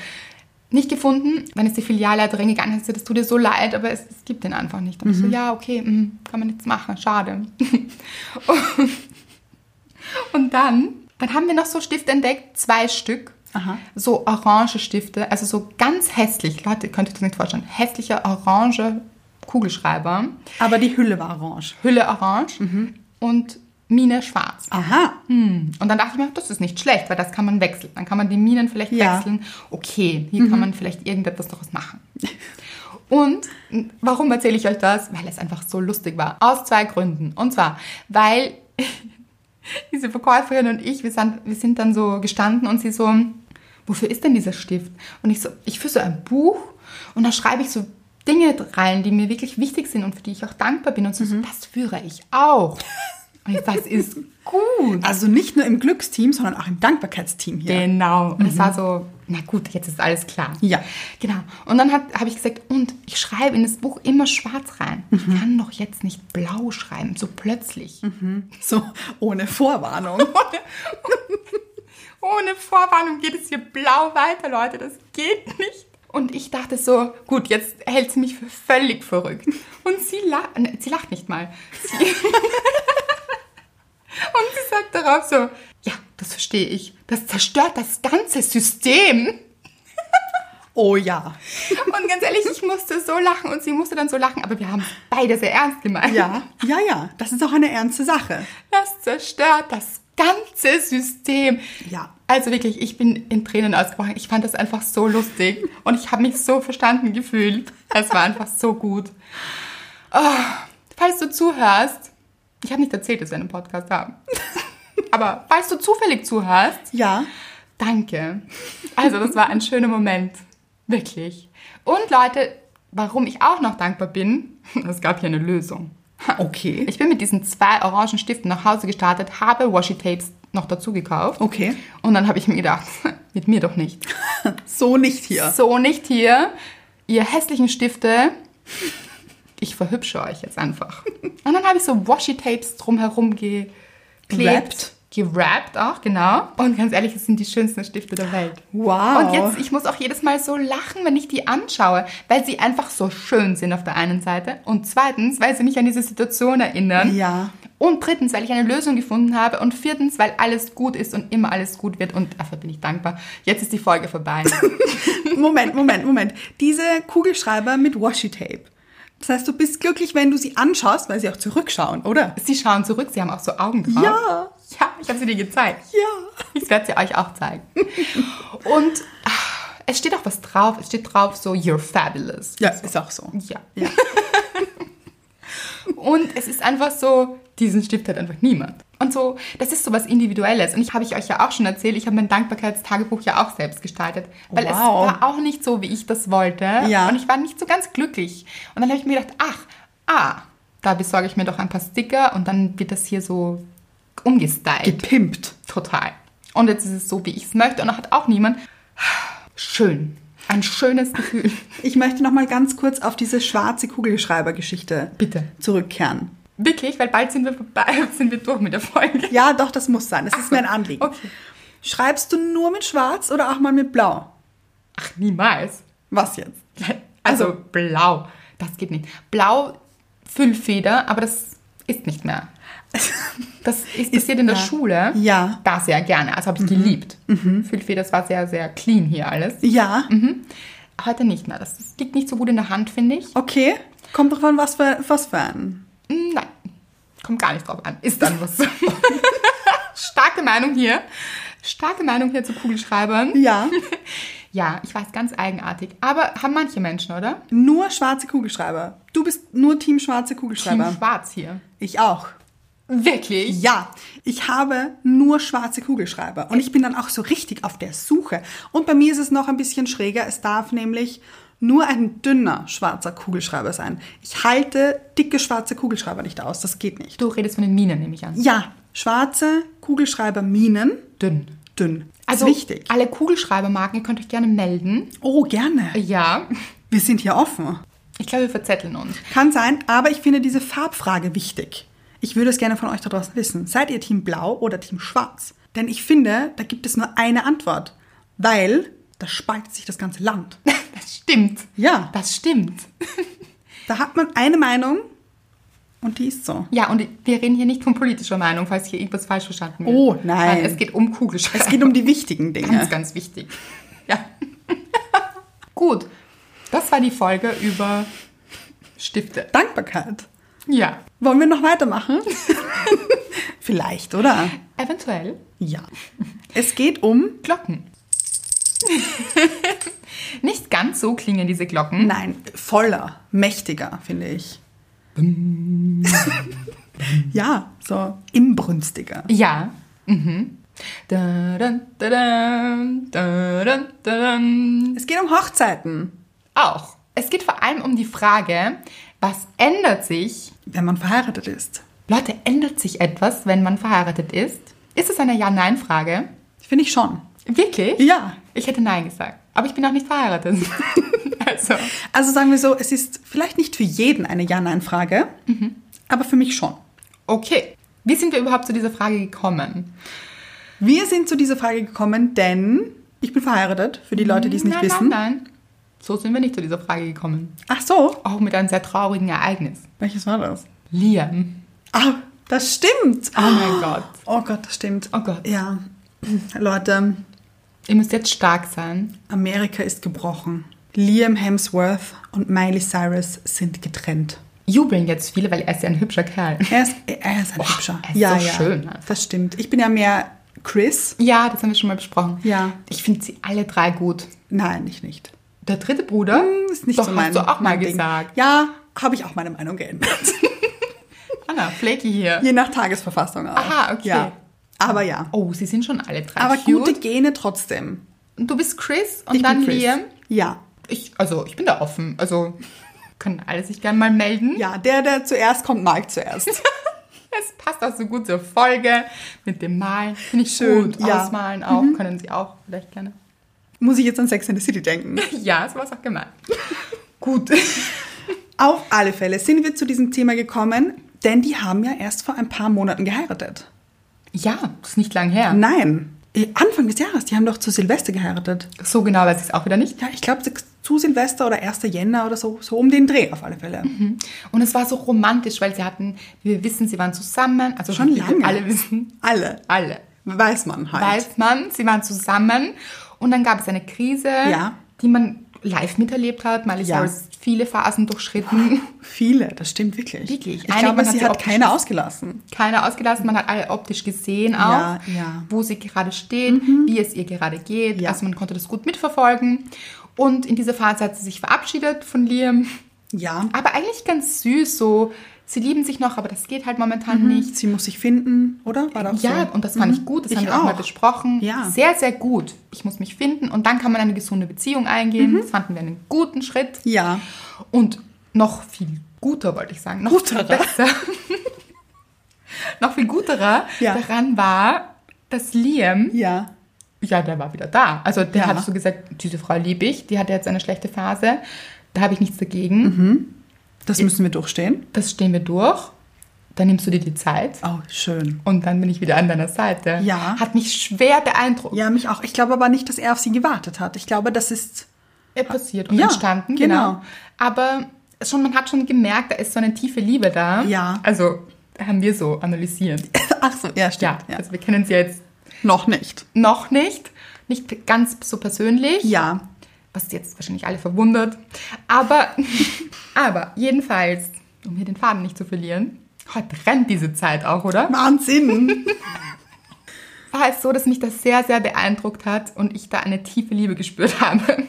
S2: nicht gefunden. Dann ist die Filialleiterin gegangen und hat gesagt, das tut dir so leid, aber es, es gibt den einfach nicht. Und ich
S1: Mhm.
S2: so, ja, okay, mm, kann man nichts machen, schade. und, und dann, dann haben wir noch so Stifte entdeckt, zwei Stück.
S1: Aha.
S2: So orange Stifte, also so ganz hässlich. Leute, könnt ihr euch das nicht vorstellen. Hässlicher orange Kugelschreiber.
S1: Aber die Hülle war orange.
S2: Hülle orange und Mine schwarz.
S1: Aha.
S2: Hm. Und dann dachte ich mir, das ist nicht schlecht, weil das kann man wechseln. Dann kann man die Minen vielleicht
S1: Ja.
S2: wechseln. Okay, hier kann man vielleicht irgendetwas daraus machen. Und warum erzähle ich euch das? Weil es einfach so lustig war. Aus zwei Gründen. Und zwar, weil diese Verkäuferin und ich, wir sind, wir sind dann so gestanden und sie so, wofür ist denn dieser Stift? Und ich so, ich führe so ein Buch und da schreibe ich so Dinge rein, die mir wirklich wichtig sind und für die ich auch dankbar bin. Und sie so, das führe ich auch. Das ist gut.
S1: Also nicht nur im Glücksteam, sondern auch im Dankbarkeitsteam hier.
S2: Genau. Und es war so, na gut, jetzt ist alles klar.
S1: Ja.
S2: Genau. Und dann habe ich gesagt, und ich schreibe in das Buch immer schwarz rein. Ich kann doch jetzt nicht blau schreiben, so plötzlich.
S1: So ohne Vorwarnung.
S2: Ohne Vorwarnung geht es hier blau weiter, Leute. Das geht nicht. Und ich dachte so, gut, jetzt hält sie mich für völlig verrückt. Und sie, la ne, sie lacht nicht mal. Sie und sie sagt darauf so, ja, das verstehe ich. Das zerstört das ganze System.
S1: Oh ja.
S2: Und ganz ehrlich, ich musste so lachen und sie musste dann so lachen, aber wir haben beide sehr ernst gemeint.
S1: Ja, ja, ja. Das ist auch eine ernste Sache.
S2: Das zerstört das ganze System.
S1: Ja.
S2: Also wirklich, ich bin in Tränen ausgebrochen. Ich fand das einfach so lustig und ich habe mich so verstanden gefühlt. Es war einfach so gut. Ah, falls du zuhörst, ich habe nicht erzählt, dass wir einen Podcast haben. Aber falls du zufällig zuhörst,
S1: Ja.
S2: Danke. Also, das war ein schöner Moment. Wirklich. Und Leute, warum ich auch noch dankbar bin, es gab hier eine Lösung.
S1: Okay.
S2: Ich bin mit diesen zwei orangen Stiften nach Hause gestartet, habe Washi-Tapes noch dazu gekauft.
S1: Okay.
S2: Und dann habe ich mir gedacht, mit mir doch nicht.
S1: So nicht hier.
S2: So nicht hier. Ihr hässlichen Stifte. Ich verhübsche euch jetzt einfach. Und dann habe ich so Washi-Tapes drumherum geklebt.
S1: Wrapped.
S2: Gerappt auch, genau. Und ganz ehrlich, es sind die schönsten Stifte der Welt.
S1: Wow.
S2: Und jetzt, ich muss auch jedes Mal so lachen, wenn ich die anschaue, weil sie einfach so schön sind auf der einen Seite und zweitens, weil sie mich an diese Situation erinnern.
S1: Ja.
S2: Und drittens, weil ich eine Lösung gefunden habe. Und viertens, weil alles gut ist und immer alles gut wird. Und dafür bin ich dankbar. Jetzt ist die Folge vorbei.
S1: Moment, Moment, Moment. Diese Kugelschreiber mit Washi-Tape. Das heißt, du bist glücklich, wenn du sie anschaust, weil sie auch zurückschauen, oder?
S2: Sie schauen zurück, sie haben auch so Augen drauf.
S1: Ja.
S2: Ja, ich habe sie dir gezeigt.
S1: Ja.
S2: Ich werde sie euch auch zeigen. Und ah, es steht auch was drauf. Es steht drauf so, you're fabulous.
S1: Ja, ist auch so.
S2: Ja. und es ist einfach so, diesen Stift hat einfach niemand. Und so, das ist so was Individuelles. Und ich habe ich euch ja auch schon erzählt, ich habe mein Dankbarkeitstagebuch ja auch selbst gestaltet. Weil es
S1: Wow.
S2: war auch nicht so, wie ich das wollte.
S1: Ja.
S2: Und ich war nicht so ganz glücklich. Und dann habe ich mir gedacht, ach, ah, da besorge ich mir doch ein paar Sticker und dann wird das hier so umgestylt.
S1: Gepimpt.
S2: Total. Und jetzt ist es so, wie ich es möchte. Und da hat auch niemand. Schön. Ein schönes Gefühl.
S1: Ich möchte noch mal ganz kurz auf diese schwarze Kugelschreiber-Geschichte
S2: Bitte.
S1: zurückkehren.
S2: Wirklich, weil bald sind wir vorbei, sind wir durch mit der Folge.
S1: Ja, doch, das muss sein. Das ist mein Anliegen.
S2: okay.
S1: Schreibst du nur mit Schwarz oder auch mal mit Blau?
S2: Ach, niemals.
S1: Was jetzt?
S2: Also, blau, das geht nicht. Blau, Füllfeder, aber das ist nicht mehr. Das ist passiert in der
S1: ja.
S2: Schule.
S1: Ja.
S2: Da sehr gerne, also habe ich geliebt. Füllfeder, das war sehr, sehr clean hier alles.
S1: Ja.
S2: Mhm. Heute nicht mehr. Das liegt nicht so gut in der Hand, finde ich.
S1: Okay. Kommt doch an, was für, was für einen.
S2: Mm, Nein, kommt gar nicht drauf an. Ist dann was. Starke Meinung hier. Starke Meinung hier zu Kugelschreibern.
S1: Ja.
S2: Ja, ich weiß, ganz eigenartig. Aber haben manche Menschen, oder?
S1: nur schwarze Kugelschreiber. Du bist nur Team schwarze Kugelschreiber.
S2: Team Schwarz hier.
S1: ich auch.
S2: Wirklich?
S1: Ja, ich habe nur schwarze Kugelschreiber und ich bin dann auch so richtig auf der Suche. Und bei mir ist es noch ein bisschen schräger. Es darf nämlich nur ein dünner schwarzer Kugelschreiber sein. Ich halte dicke schwarze Kugelschreiber nicht aus. Das geht nicht.
S2: Du redest von den Minen, nehme ich an.
S1: Ja, schwarze Kugelschreiber Minen
S2: Dünn.
S1: dünn. Also ist wichtig.
S2: alle Kugelschreibermarken, ihr könnt euch gerne melden.
S1: Oh, gerne.
S2: Ja.
S1: Wir sind hier offen.
S2: Ich glaube, wir verzetteln uns.
S1: Kann sein, aber ich finde diese Farbfrage wichtig. Ich würde es gerne von euch da draußen wissen. Seid ihr Team Blau oder Team Schwarz? Denn ich finde, da gibt es nur eine Antwort. Weil da spaltet sich das ganze Land.
S2: Das stimmt.
S1: Ja.
S2: Das stimmt.
S1: Da hat man eine Meinung und die ist so.
S2: Ja, und wir reden hier nicht von politischer Meinung, falls hier irgendwas falsch verstanden wird.
S1: Oh, nein.
S2: Es geht um Kugelschreiber.
S1: Es geht um die wichtigen
S2: Ganz,
S1: Dinge.
S2: ganz wichtig. Ja. Gut. Das war die Folge über Stifte.
S1: Dankbarkeit.
S2: Ja.
S1: Wollen wir noch weitermachen? Vielleicht, oder?
S2: Eventuell
S1: Ja. Es geht um.
S2: Glocken. Nicht ganz so klingen diese Glocken.
S1: Nein, voller, mächtiger, finde ich. ja, so imbrünstiger.
S2: Ja. Mhm. Da, da, da, da, da, da, da, da.
S1: Es geht um Hochzeiten,
S2: Auch. Es geht vor allem um die Frage, was ändert sich,
S1: wenn man verheiratet ist.
S2: Leute, ändert sich etwas, wenn man verheiratet ist? Ist es eine Ja-Nein-Frage?
S1: Finde ich schon.
S2: Wirklich?
S1: Ja.
S2: Ich hätte Nein gesagt. Aber ich bin auch nicht verheiratet. also,
S1: Also sagen wir so, es ist vielleicht nicht für jeden eine Ja-Nein-Frage,
S2: Mhm.
S1: aber für mich schon.
S2: okay. Wie sind wir überhaupt zu dieser Frage gekommen?
S1: Wir sind zu dieser Frage gekommen, denn ich bin verheiratet, für die Leute, die es nicht
S2: nein,
S1: wissen.
S2: Nein, nein. So sind wir nicht zu dieser Frage gekommen.
S1: Ach so,
S2: Auch mit einem sehr traurigen Ereignis.
S1: welches war das?
S2: Liam.
S1: Ah, das stimmt.
S2: Oh mein Gott.
S1: Oh Gott, das stimmt.
S2: Oh Gott.
S1: Ja, Leute,
S2: Ihr müsst jetzt stark sein.
S1: Amerika ist gebrochen. Liam Hemsworth und Miley Cyrus sind getrennt.
S2: Jubeln jetzt viele, weil er ist ja ein hübscher Kerl.
S1: Er ist, er ist ein hübscher.
S2: er ist so schön einfach.
S1: Das stimmt. Ich bin ja mehr Chris.
S2: Ja, das haben wir schon mal besprochen.
S1: Ja.
S2: Ich finde sie alle drei gut.
S1: Nein, ich nicht.
S2: Der dritte Bruder?
S1: Hm, Ist nicht
S2: Doch,
S1: so mein,
S2: hast du auch mal
S1: mein Ding.
S2: gesagt.
S1: Ja, habe ich auch meine Meinung geändert.
S2: Anna, Flaky hier.
S1: Je nach Tagesverfassung auch.
S2: Aha, okay.
S1: Ja. Aber ja.
S2: Oh, sie sind schon alle drei
S1: Aber
S2: cute.
S1: gute Gene trotzdem.
S2: Du bist Chris und
S1: Ich bin
S2: dann
S1: Chris.
S2: Liam.
S1: Ja.
S2: Ich, also, ich bin da offen. Also, können alle sich gerne mal melden.
S1: Ja, der, der zuerst kommt, mag zuerst.
S2: Es passt auch so gut zur Folge mit dem Malen. Finde ich
S1: Schön,
S2: gut.
S1: ja. Mhm.
S2: Ausmalen auch. Können Sie auch vielleicht gerne.
S1: Muss ich jetzt an Sex in the City denken?
S2: Ja, so war es auch gemeint.
S1: Gut. Auf alle Fälle sind wir zu diesem Thema gekommen, denn die haben ja erst vor ein paar Monaten geheiratet.
S2: Ja, ist nicht lang her.
S1: Nein. eh, Anfang des Jahres, die haben doch zu Silvester geheiratet.
S2: So genau weiß ich es auch wieder nicht.
S1: Ja, ich glaube zu Silvester oder 1. Jänner oder so, so um den Dreh auf alle Fälle.
S2: Mhm. Und es war so romantisch, weil sie hatten, wie wir wissen, sie waren zusammen. Also
S1: Schon
S2: wie wir
S1: lange.
S2: Alle wissen.
S1: Alle.
S2: Alle.
S1: Weiß man halt.
S2: Weiß man, sie waren zusammen. Und dann gab es eine Krise,
S1: Ja.
S2: die man live miterlebt hat. Miley
S1: Ja.
S2: Cyrus viele Phasen durchschritten.
S1: Viele, das stimmt wirklich.
S2: Wirklich.
S1: Ich
S2: Einige
S1: glaube,
S2: hat
S1: sie
S2: sie
S1: hat
S2: auch
S1: keine ausgelassen.
S2: keiner ausgelassen. Man hat alle optisch gesehen auch,
S1: Ja, ja. Mhm.
S2: wo sie gerade steht, wie es ihr gerade geht.
S1: Ja.
S2: Also man konnte das gut mitverfolgen. Und in dieser Phase hat sie sich verabschiedet von Liam.
S1: Ja.
S2: Aber eigentlich ganz süß so. Sie lieben sich noch, aber das geht halt momentan nicht.
S1: Sie muss sich finden, oder? War das
S2: Ja,
S1: Mhm. so? Mhm.
S2: und das fand ich gut. Das
S1: Ich
S2: haben wir auch, mal
S1: auch.
S2: besprochen.
S1: Ja.
S2: Sehr, sehr gut. Ich muss mich finden und dann kann man eine gesunde Beziehung eingehen.
S1: Mhm.
S2: Das fanden wir einen guten Schritt.
S1: Ja.
S2: Und noch viel guter, wollte ich sagen, noch
S1: Guterer.
S2: viel besser, noch viel guterer
S1: Ja.
S2: daran war, dass Liam,
S1: Ja.
S2: ja, der war wieder da. Also der
S1: Ja.
S2: hat so gesagt, diese Frau liebe ich, die hatte jetzt eine schlechte Phase, da habe ich nichts dagegen,
S1: Mhm. Das müssen wir durchstehen.
S2: das stehen wir durch, dann nimmst du dir die Zeit.
S1: Oh, schön.
S2: Und dann bin ich wieder an deiner Seite.
S1: Ja.
S2: Hat mich schwer beeindruckt.
S1: Ja, mich auch. Ich glaube aber nicht, dass er auf sie gewartet hat. Ich glaube, das ist.
S2: Er passiert und
S1: Ja,
S2: entstanden,
S1: genau.
S2: genau. Aber schon, man hat schon gemerkt, da ist so eine tiefe Liebe da.
S1: Ja.
S2: Also haben wir so analysiert.
S1: Ach so, ja,
S2: Ja,
S1: Ja.
S2: also wir kennen sie jetzt
S1: Noch nicht.
S2: noch nicht, nicht ganz so persönlich,
S1: Ja.
S2: was jetzt wahrscheinlich alle verwundert. Aber, aber jedenfalls, um hier den Faden nicht zu verlieren, heute rennt diese Zeit auch, oder?
S1: Wahnsinn.
S2: War es so, dass mich das sehr, sehr beeindruckt hat und ich da eine tiefe Liebe gespürt habe.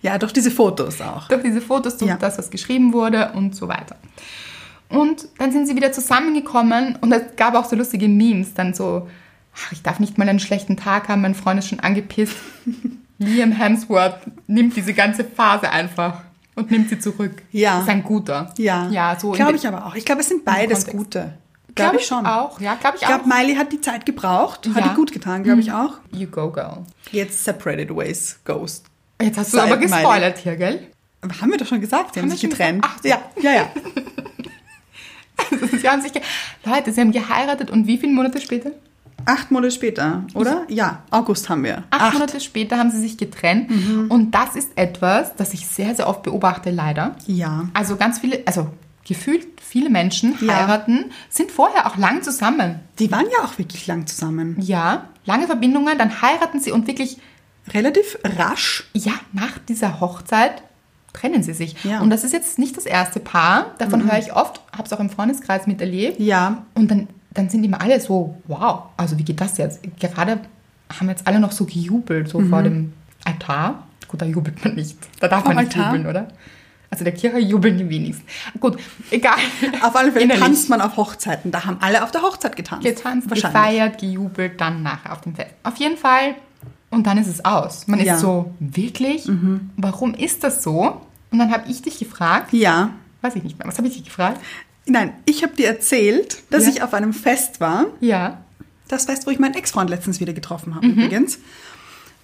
S1: ja, durch diese Fotos auch.
S2: durch diese Fotos, durch
S1: Ja.
S2: das, was geschrieben wurde und so weiter. Und dann sind sie wieder zusammengekommen und es gab auch so lustige Memes, dann so, ach, ich darf nicht mal einen schlechten Tag haben, mein Freund ist schon angepisst. Liam Hemsworth nimmt diese ganze Phase einfach und nimmt sie zurück.
S1: Ja.
S2: Ist ein guter.
S1: Ja.
S2: Ja, so. in
S1: Glaube
S2: dem-
S1: ich aber auch. Ich glaube, es sind beides
S2: Kontext.
S1: gute.
S2: Glaub
S1: Glaube
S2: ich
S1: ich schon.
S2: auch. Ja, glaub ich
S1: Ich glaube,
S2: auch.
S1: Miley hat die Zeit gebraucht. Hat
S2: Ja. Mhm.
S1: ihr gut getan, glaube ich auch.
S2: You go, girl.
S1: Jetzt separated ways goes.
S2: Jetzt hast du
S1: Seit
S2: aber
S1: meine-
S2: gespoilert hier, gell?
S1: Aber haben wir doch schon gesagt, sie haben,
S2: wir
S1: sich
S2: schon
S1: getrennt.
S2: gesagt? Ach so.
S1: ja, ja, ja.
S2: Sie haben sich, ge Leute, sie haben geheiratet und wie viele Monate später?
S1: Acht Monate später, oder? Ja, August haben wir.
S2: Acht, Monate später haben sie sich getrennt.
S1: Mhm.
S2: Und das ist etwas, das ich sehr, sehr oft beobachte, leider.
S1: Ja.
S2: Also ganz viele, also gefühlt viele Menschen
S1: Ja.
S2: heiraten, sind vorher auch lang zusammen.
S1: Die waren ja auch wirklich lang zusammen.
S2: Ja, lange Verbindungen, dann heiraten sie und wirklich,
S1: Relativ rasch.
S2: ja, nach dieser Hochzeit trennen sie sich.
S1: Ja. Mhm.
S2: Und das ist jetzt nicht das erste Paar. Davon höre ich oft, habe es auch im Freundeskreis miterlebt.
S1: Ja.
S2: Und dann, dann sind immer alle so, wow, also wie geht das jetzt? Gerade haben jetzt alle noch so gejubelt, so vor dem Altar. Gut, da jubelt man nicht. Da darf
S1: Mhm. Vor
S2: man nicht
S1: Altar?
S2: jubeln, oder? Also der Kirche jubeln die wenigsten. Gut, egal.
S1: Auf alle Fälle
S2: Innerlich
S1: tanzt man auf Hochzeiten. Da haben alle auf der Hochzeit getanzt.
S2: Getanzt,
S1: wahrscheinlich.
S2: gefeiert, gejubelt, dann nachher auf dem Fest. Auf jeden Fall. Und dann ist es aus. Man
S1: Ja. Mhm.
S2: ist so, wirklich? Warum ist das so? Und dann habe ich dich gefragt,
S1: Ja.
S2: weiß ich nicht mehr, was habe ich dich gefragt?
S1: Nein, ich habe dir erzählt, dass
S2: Ja.
S1: ich auf einem Fest war.
S2: Ja.
S1: Das Fest, wo ich meinen Ex-Freund letztens wieder getroffen
S2: Mhm.
S1: habe, übrigens.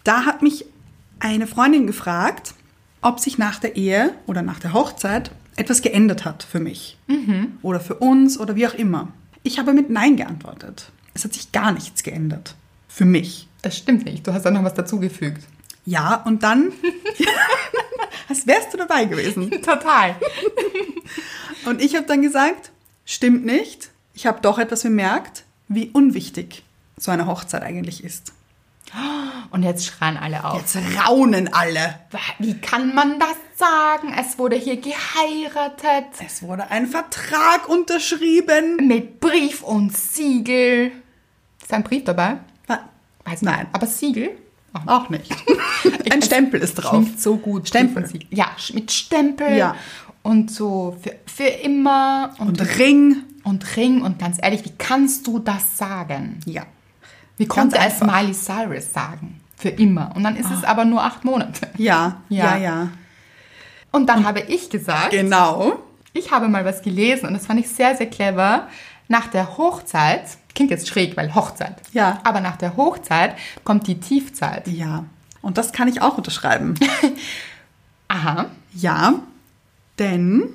S1: Da hat mich eine Freundin gefragt, ob sich nach der Ehe oder nach der Hochzeit etwas geändert hat für mich.
S2: Mhm.
S1: Oder für uns oder wie auch immer. Ich habe mit Nein geantwortet. Es hat sich gar nichts geändert. Für mich.
S2: Das stimmt nicht. Du hast da noch was dazugefügt.
S1: Ja, und dann, als wärst du dabei gewesen.
S2: Total.
S1: Und ich habe dann gesagt, stimmt nicht. Ich habe doch etwas bemerkt, wie unwichtig so eine Hochzeit eigentlich ist.
S2: Und jetzt schreien alle auf.
S1: Jetzt raunen alle.
S2: Wie kann man das sagen? Es wurde hier geheiratet.
S1: Es wurde ein Vertrag unterschrieben.
S2: Mit Brief und Siegel. Ist da ein Brief dabei?
S1: Wa-
S2: Weiß nicht.
S1: Nein,
S2: Aber Siegel? Ach,
S1: auch nicht. Ein Stempel ist drauf.
S2: Klingt so gut.
S1: Stempel.
S2: Brief und Siegel. Ja, sch- mit Stempel.
S1: Ja.
S2: Und so für, für immer.
S1: Und Ring.
S2: und Ring. Und ganz ehrlich, wie kannst du das sagen?
S1: Ja.
S2: Wie
S1: Ganz
S2: konnte es
S1: einfach. Ah.
S2: Miley Cyrus sagen? Für immer. Und dann ist es aber nur acht Monate.
S1: Ja, ja,
S2: Ja.
S1: ja.
S2: Und dann habe ich gesagt,
S1: Genau.
S2: ich habe mal was gelesen und das fand ich sehr, sehr clever. Nach der Hochzeit, klingt jetzt schräg, weil Hochzeit.
S1: Ja.
S2: Aber nach der Hochzeit kommt die Tiefzeit.
S1: Ja. Und das kann ich auch unterschreiben.
S2: Aha.
S1: Ja, denn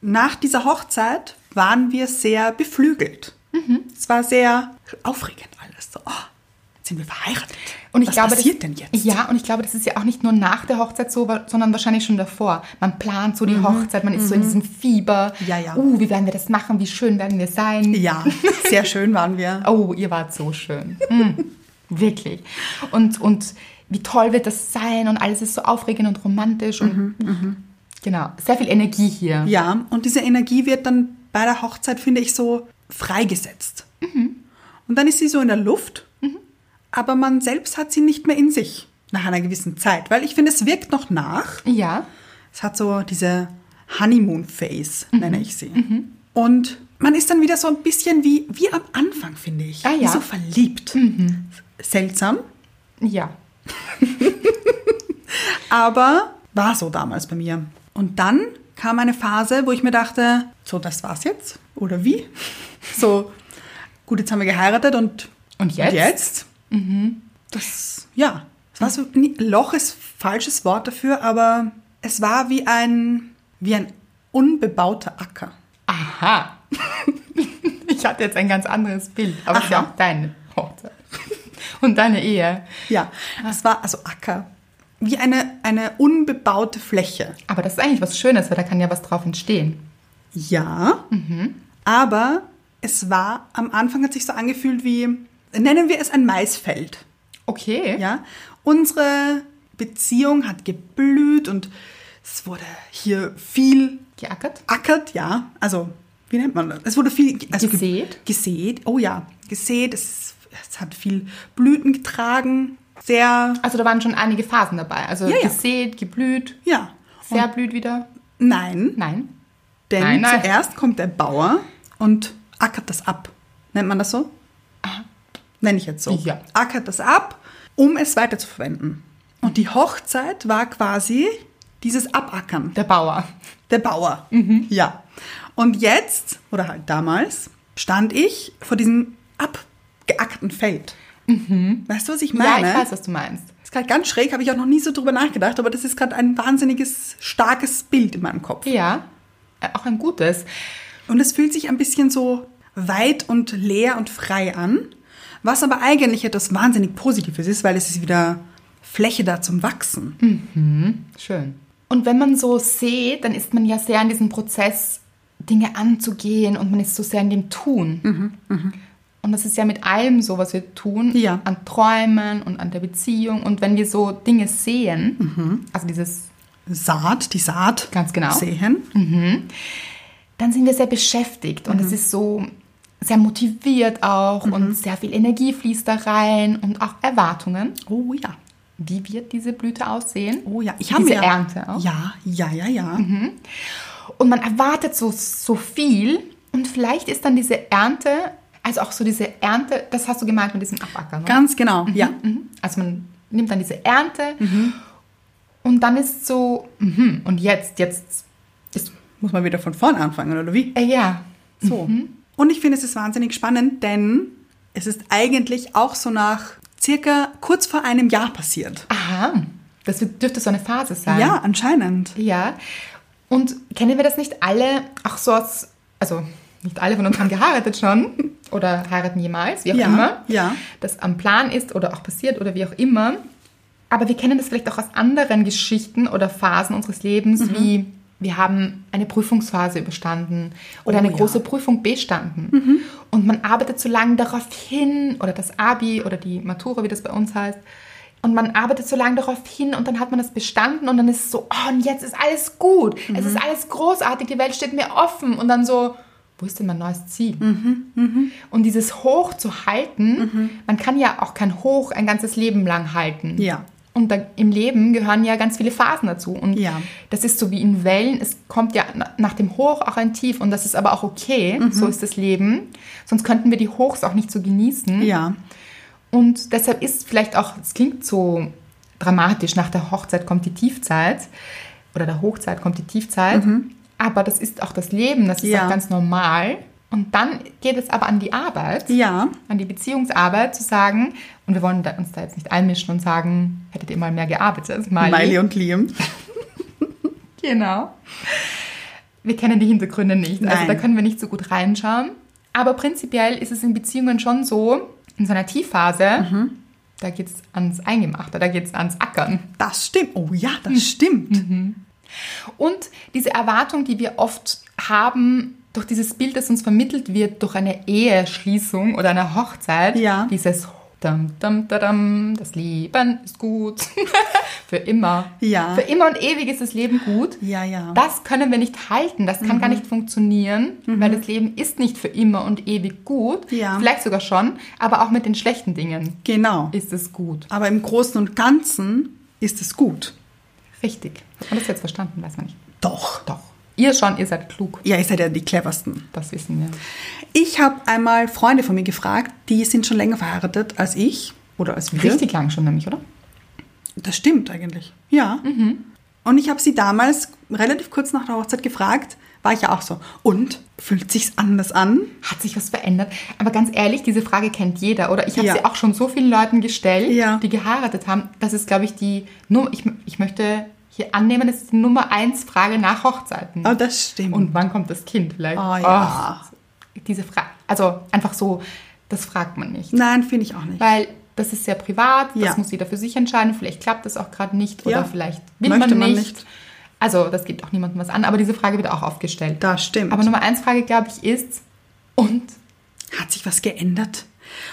S1: nach dieser Hochzeit waren wir sehr beflügelt.
S2: Mhm.
S1: Es war sehr aufregend alles. So, oh, jetzt sind wir verheiratet.
S2: Und ich
S1: Was
S2: glaube,
S1: passiert
S2: das,
S1: denn jetzt?
S2: Ja, und ich glaube, das ist ja auch nicht nur nach der Hochzeit so, wa- sondern wahrscheinlich schon davor. Man plant so die Hochzeit, man ist so in diesem Fieber.
S1: Mhm. Ja, ja.
S2: Uh, wie werden wir das machen? Wie schön werden wir sein?
S1: Ja, sehr schön waren wir.
S2: Oh, ihr wart so schön. Mm, wirklich. Und, und wie toll wird das sein und alles ist so aufregend und romantisch und
S1: Mhm,
S2: genau, sehr viel Energie hier.
S1: Ja, und diese Energie wird dann bei der Hochzeit, finde ich, so freigesetzt.
S2: Mhm.
S1: Und dann ist sie so in der Luft, aber man selbst hat sie nicht mehr in sich nach einer gewissen Zeit, weil ich finde, es wirkt noch nach.
S2: Ja,
S1: Es hat so diese Honeymoon-Phase,
S2: Mhm.
S1: nenne ich sie. Und man ist dann wieder so ein bisschen wie, wie am Anfang, finde ich.
S2: Ah,
S1: wie
S2: ja. Mhm.
S1: so verliebt. Seltsam,
S2: ja.
S1: aber war so damals bei mir. Und dann kam eine Phase, wo ich mir dachte, so, das war's jetzt? Oder wie? So, gut, jetzt haben wir geheiratet und
S2: Und jetzt?
S1: Und jetzt? Das, ja, es war so, nie- Loch ist falsches Wort dafür, aber es war wie ein, wie ein unbebauter Acker.
S2: Aha. ich hatte jetzt ein ganz anderes Bild, aber es ist ja
S1: Aha.
S2: auch deine Hochzeit. Und deine Ehe.
S1: Ja, es war also Acker. Wie eine, eine unbebaute Fläche.
S2: Aber das ist eigentlich was Schönes, weil da kann ja was drauf entstehen.
S1: Ja, aber es war, am Anfang hat sich so angefühlt wie, nennen wir es ein Maisfeld.
S2: Okay.
S1: Ja, unsere Beziehung hat geblüht und es wurde hier viel
S2: Geackert?
S1: ackert, ja. Also, wie nennt man das? Es wurde viel ge- also ge-
S2: Gesät?
S1: Gesät, oh ja, gesät. Es, es hat viel Blüten getragen. Sehr,
S2: Also da waren schon einige Phasen dabei. Also
S1: Ja, ja.
S2: gesät, geblüht,
S1: ja.
S2: verblüht wieder.
S1: Nein,
S2: Nein.
S1: Denn
S2: Nein, nein.
S1: zuerst kommt der Bauer und ackert das ab. Nennt man das so? Nenne ich jetzt so.
S2: Ah. Ja.
S1: Ackert das ab, um es weiterzuverwenden. Und die Hochzeit war quasi dieses Abackern.
S2: Der Bauer.
S1: Der Bauer.
S2: Mhm.
S1: Ja. Und jetzt, oder halt damals, stand ich vor diesem abgeackerten Feld. Weißt du, was ich meine?
S2: Mhm. Ja, ich weiß, was du meinst.
S1: Ist gerade ganz schräg, habe ich auch noch nie so drüber nachgedacht, aber das ist gerade ein wahnsinniges, starkes Bild in meinem Kopf.
S2: Ja, äh, auch ein gutes.
S1: Und es fühlt sich ein bisschen so weit und leer und frei an, was aber eigentlich etwas wahnsinnig Positives ist, weil es ist wieder Fläche da zum Wachsen.
S2: Mhm. Schön. Und wenn man so sieht, dann ist man ja sehr in diesem Prozess, Dinge anzugehen und man ist so sehr in dem Tun.
S1: Mhm,
S2: Und das ist ja mit allem so, was wir tun,
S1: Ja.
S2: an Träumen und an der Beziehung. Und wenn wir so Dinge sehen,
S1: Mhm.
S2: also dieses,
S1: Saat, die Saat.
S2: Ganz genau.
S1: Sehen.
S2: dann sind wir sehr beschäftigt
S1: Mhm.
S2: und es ist so sehr motiviert auch und sehr viel Energie fließt da rein und auch Erwartungen.
S1: Oh ja.
S2: Wie wird diese Blüte aussehen?
S1: Oh ja. Ich
S2: Diese
S1: habe mir-
S2: Ernte auch.
S1: Ja, ja, ja, ja.
S2: Und man erwartet so, so viel. Und vielleicht ist dann diese Ernte, also auch so diese Ernte, das hast du gemeint mit diesem Abackern. ne?
S1: Ganz genau. Ja.
S2: Mhm. Also man nimmt dann diese Ernte
S1: Mhm.
S2: und dann ist so, mhm, und jetzt, jetzt ist,
S1: Muss man wieder von vorn anfangen, oder wie?
S2: äh, ja,
S1: So. Und ich finde, es ist wahnsinnig spannend, denn es ist eigentlich auch so nach circa kurz vor einem Jahr passiert.
S2: Aha, das wird- dürfte so eine Phase sein.
S1: Ja, anscheinend.
S2: Ja. Und kennen wir das nicht alle, auch so aus, also nicht alle von uns haben geheiratet schon oder heiraten jemals, wie auch
S1: Ja,
S2: immer,
S1: ja.
S2: das am Plan ist oder auch passiert oder wie auch immer. Aber wir kennen das vielleicht auch aus anderen Geschichten oder Phasen unseres Lebens,
S1: Mhm.
S2: wie wir haben eine Prüfungsphase überstanden oder
S1: Oh
S2: eine
S1: ja. Mhm.
S2: große Prüfung bestanden. Und man arbeitet so lange darauf hin, oder das Abi oder die Matura, wie das bei uns heißt. Und man arbeitet so lange darauf hin und dann hat man das bestanden und dann ist es so, oh, und jetzt ist alles gut. Es
S1: Mhm.
S2: ist alles großartig, die Welt steht mir offen. Und dann so, wo ist denn mein neues Ziel? Und dieses Hoch zu halten,
S1: Mhm.
S2: man kann ja auch kein Hoch ein ganzes Leben lang halten.
S1: Ja.
S2: Und da, im Leben gehören ja ganz viele Phasen dazu. Und
S1: Ja.
S2: das ist so wie in Wellen. Es kommt ja na- nach dem Hoch auch ein Tief. Und das ist aber auch okay.
S1: Mhm.
S2: So ist das Leben. Sonst könnten wir die Hochs auch nicht so genießen.
S1: Ja.
S2: Und deshalb ist vielleicht auch, es klingt so dramatisch, nach der Hochzeit kommt die Tiefzeit oder der Hochzeit kommt die Tiefzeit, aber das ist auch das Leben, das ist
S1: Mhm. Ja.
S2: auch ganz normal. Und dann geht es aber an die Arbeit,
S1: Ja.
S2: an die Beziehungsarbeit zu sagen, und wir wollen da, uns da jetzt nicht einmischen und sagen, hättet ihr mal mehr gearbeitet, Miley.
S1: Miley und Liam.
S2: Genau. Wir kennen die Hintergründe nicht, also
S1: Nein.
S2: da können wir nicht so gut reinschauen. Aber prinzipiell ist es in Beziehungen schon so, in so einer Tiefphase,
S1: Mhm.
S2: da geht es ans Eingemachte, da geht es ans Ackern.
S1: Das stimmt. Oh ja,
S2: Mhm.
S1: das stimmt.
S2: Und diese Erwartung, die wir oft haben, durch dieses Bild, das uns vermittelt wird, durch eine Eheschließung oder eine Hochzeit,
S1: Ja.
S2: dieses dam, dam, dadam, das Leben ist gut. Für immer.
S1: Ja.
S2: Für immer und ewig ist das Leben gut.
S1: Ja, ja. Mhm.
S2: Das können wir nicht halten. Das kann gar nicht funktionieren, weil das Leben ist nicht für immer und ewig gut.
S1: Ja.
S2: Vielleicht sogar schon, aber auch mit den schlechten Dingen
S1: Genau.
S2: ist es gut.
S1: Aber im Großen und Ganzen ist es gut.
S2: Richtig. Hat man das jetzt verstanden? Weiß man nicht.
S1: Doch.
S2: Doch. Ihr schon, ihr seid klug.
S1: Ja, ihr seid ja die cleversten.
S2: Das wissen wir.
S1: Ich habe einmal Freunde von mir gefragt, die sind schon länger verheiratet als ich oder als wir.
S2: Richtig lang schon nämlich, oder?
S1: Das stimmt eigentlich. Ja.
S2: Mhm.
S1: Und ich habe sie damals relativ kurz nach der Hochzeit gefragt, war ich ja auch so. Und fühlt sich's anders an?
S2: Hat sich was verändert? Aber ganz ehrlich, diese Frage kennt jeder, oder? Ich habe
S1: Ja.
S2: sie auch schon so vielen Leuten gestellt,
S1: Ja.
S2: die geheiratet haben. Das ist, glaube ich, die Nummer. Ich, ich möchte hier annehmen, das ist die Nummer eins Frage nach Hochzeiten.
S1: Oh, das stimmt.
S2: Und wann kommt das Kind vielleicht?
S1: Ah, ja.
S2: Ach, diese Frage. Also einfach so, das fragt man nicht.
S1: Nein, finde ich auch nicht.
S2: Weil das ist sehr privat, das
S1: Mhm. Ja.
S2: muss jeder für sich entscheiden. Vielleicht klappt das auch gerade nicht oder
S1: Ja.
S2: vielleicht will
S1: Möchte
S2: man,
S1: man
S2: nicht.
S1: nicht.
S2: Also das gibt auch niemandem was an, aber diese Frage wird auch aufgestellt.
S1: Das stimmt.
S2: Aber Nummer eins Frage, glaube ich, ist, und
S1: Hat sich was geändert?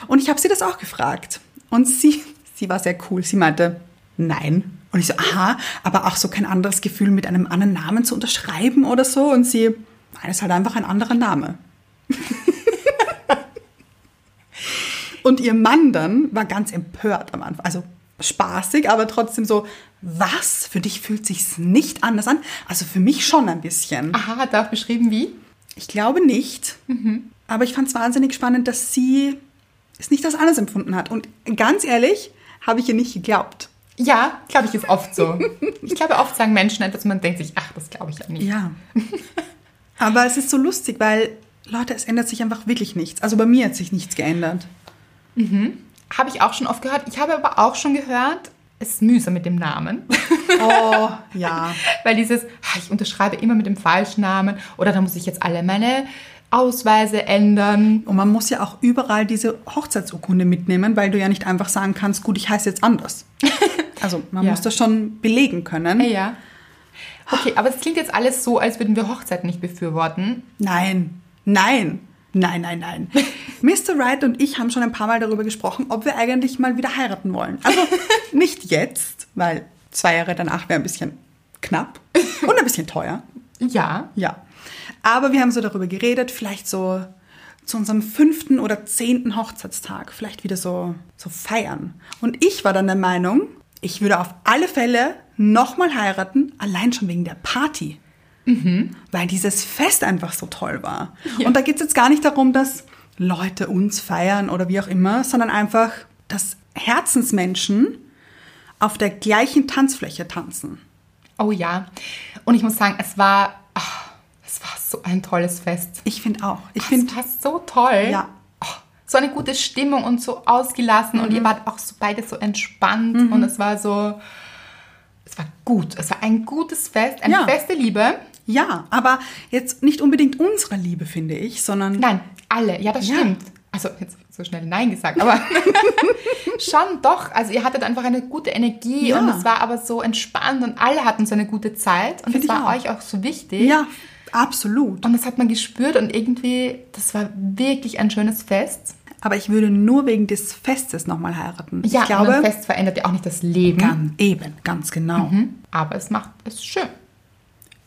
S1: Und ich habe sie das auch gefragt. Und sie, sie war sehr cool. Sie meinte, nein. Und ich so, aha, aber auch so kein anderes Gefühl, mit einem anderen Namen zu unterschreiben oder so. Und sie, nein, ist halt einfach ein anderer Name. Und ihr Mann dann war ganz empört am Anfang. Also spaßig, aber trotzdem so, was? Für dich fühlt sich's nicht anders an? Also für mich schon ein bisschen.
S2: aha, hat er auch beschrieben wie?
S1: Ich glaube nicht. Aber ich fand es wahnsinnig spannend, dass sie es nicht als anders empfunden hat. Und ganz ehrlich, habe ich ihr nicht geglaubt.
S2: Ja, glaube ich, ist oft so. ich glaube, oft sagen Menschen etwas und man denkt sich, ach, das glaube ich ja nicht.
S1: Ja. Aber es ist so lustig, weil, Leute, es ändert sich einfach wirklich nichts. Also bei mir hat sich nichts geändert.
S2: Habe ich auch schon oft gehört. Ich habe aber auch schon gehört, es ist mühsam mit dem Namen.
S1: Oh, ja.
S2: Weil dieses, ah, ich unterschreibe immer mit dem falschen Namen oder da muss ich jetzt alle meine Ausweise ändern.
S1: Und man muss ja auch überall diese Hochzeitsurkunde mitnehmen, weil du ja nicht einfach sagen kannst, gut, ich heiße jetzt anders. Also man
S2: Ja.
S1: muss das schon belegen können.
S2: Ja, ja. Okay, aber es klingt jetzt alles so, als würden wir Hochzeiten nicht befürworten.
S1: Nein, nein, nein, nein, nein. Mr. Wright und ich haben schon ein paar Mal darüber gesprochen, ob wir eigentlich mal wieder heiraten wollen. Also nicht jetzt, weil zwei Jahre danach wäre ein bisschen knapp und ein bisschen teuer.
S2: Ja.
S1: Ja. Aber wir haben so darüber geredet, vielleicht so zu unserem fünften oder zehnten Hochzeitstag, vielleicht wieder so, so feiern. Und ich war dann der Meinung, ich würde auf alle Fälle nochmal heiraten, allein schon wegen der Party. Weil dieses Fest einfach so toll war. Und da geht es jetzt gar nicht darum, dass Leute uns feiern oder wie auch immer, sondern einfach, dass Herzensmenschen auf der gleichen Tanzfläche tanzen.
S2: Oh ja. Und ich muss sagen, es war, ah, es Es war so ein tolles Fest.
S1: Ich finde auch. Ich finde,
S2: Das war so toll.
S1: Ja.
S2: Oh, so eine gute Stimmung und so ausgelassen und
S1: Mhm.
S2: ihr wart auch so beide so entspannt und es war so, es war gut. Es war ein gutes Fest, eine
S1: Ja.
S2: feste Liebe.
S1: ja, aber jetzt nicht unbedingt unsere Liebe, finde ich, sondern
S2: Nein, alle. Ja, das
S1: Ja.
S2: stimmt. Also jetzt so schnell Nein gesagt, aber schon doch. Also ihr hattet einfach eine gute Energie
S1: Ja.
S2: und es war aber so entspannt und alle hatten so eine gute Zeit und
S1: Find
S2: es
S1: ich
S2: war
S1: auch.
S2: euch auch so wichtig.
S1: ja, absolut.
S2: Und das hat man gespürt und irgendwie, das war wirklich ein schönes Fest.
S1: Aber ich würde nur wegen des Festes nochmal heiraten.
S2: Ja,
S1: ich
S2: und ein
S1: glaube,
S2: Fest Mhm. verändert ja auch nicht das Leben.
S1: ganz, eben, ganz genau.
S2: Hm? Aber es macht es schön.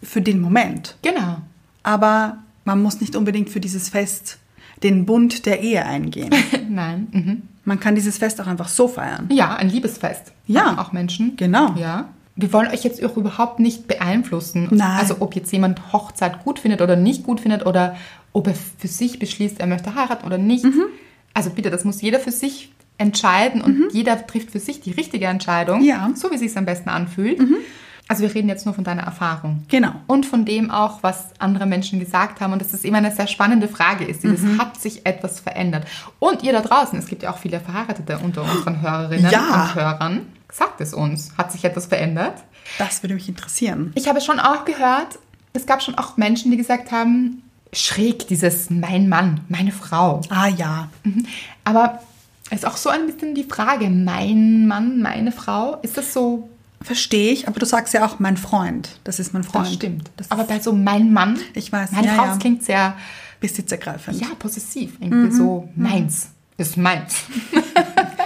S1: Für den Moment.
S2: Genau.
S1: Aber man muss nicht unbedingt für dieses Fest den Bund der Ehe eingehen.
S2: Nein. Mhm.
S1: Man kann dieses Fest auch einfach so feiern.
S2: Ja, ein Liebesfest.
S1: Ja.
S2: Machen Auch Menschen.
S1: Genau.
S2: Ja. Wir wollen euch jetzt auch überhaupt nicht beeinflussen.
S1: Nein.
S2: Also ob jetzt jemand Hochzeit gut findet oder nicht gut findet oder ob er für sich beschließt, er möchte heiraten oder nicht.
S1: Mhm.
S2: Also bitte, das muss jeder für sich entscheiden und jeder trifft für sich die richtige Entscheidung.
S1: Mhm. Ja. Mhm.
S2: So wie es sich am besten anfühlt. Also wir reden jetzt nur von deiner Erfahrung.
S1: Genau.
S2: Und von dem auch, was andere Menschen gesagt haben. Und dass es immer eine sehr spannende Frage ist. Dieses
S1: Mhm.
S2: hat sich etwas verändert. Und ihr da draußen, es gibt ja auch viele Verheiratete unter unseren Hörerinnen
S1: Ja.
S2: und Hörern. Sagt es uns. Hat sich etwas verändert?
S1: Das würde mich interessieren.
S2: Ich habe schon auch gehört, es gab schon auch Menschen, die gesagt haben, schräg dieses mein Mann, meine Frau.
S1: Ah ja,
S2: Aber ist auch so ein bisschen die Frage, mein Mann, meine Frau, ist das so?
S1: verstehe ich. Aber du sagst ja auch mein Freund. Das ist mein Freund.
S2: Das stimmt.
S1: Das
S2: Aber
S1: Aber
S2: bei so mein Mann,
S1: Ich weiß,
S2: meine
S1: ja,
S2: Frau,
S1: ja.
S2: das klingt sehr
S1: besitzergreifend.
S2: ja, possessiv. Irgendwie so, meins ist meins.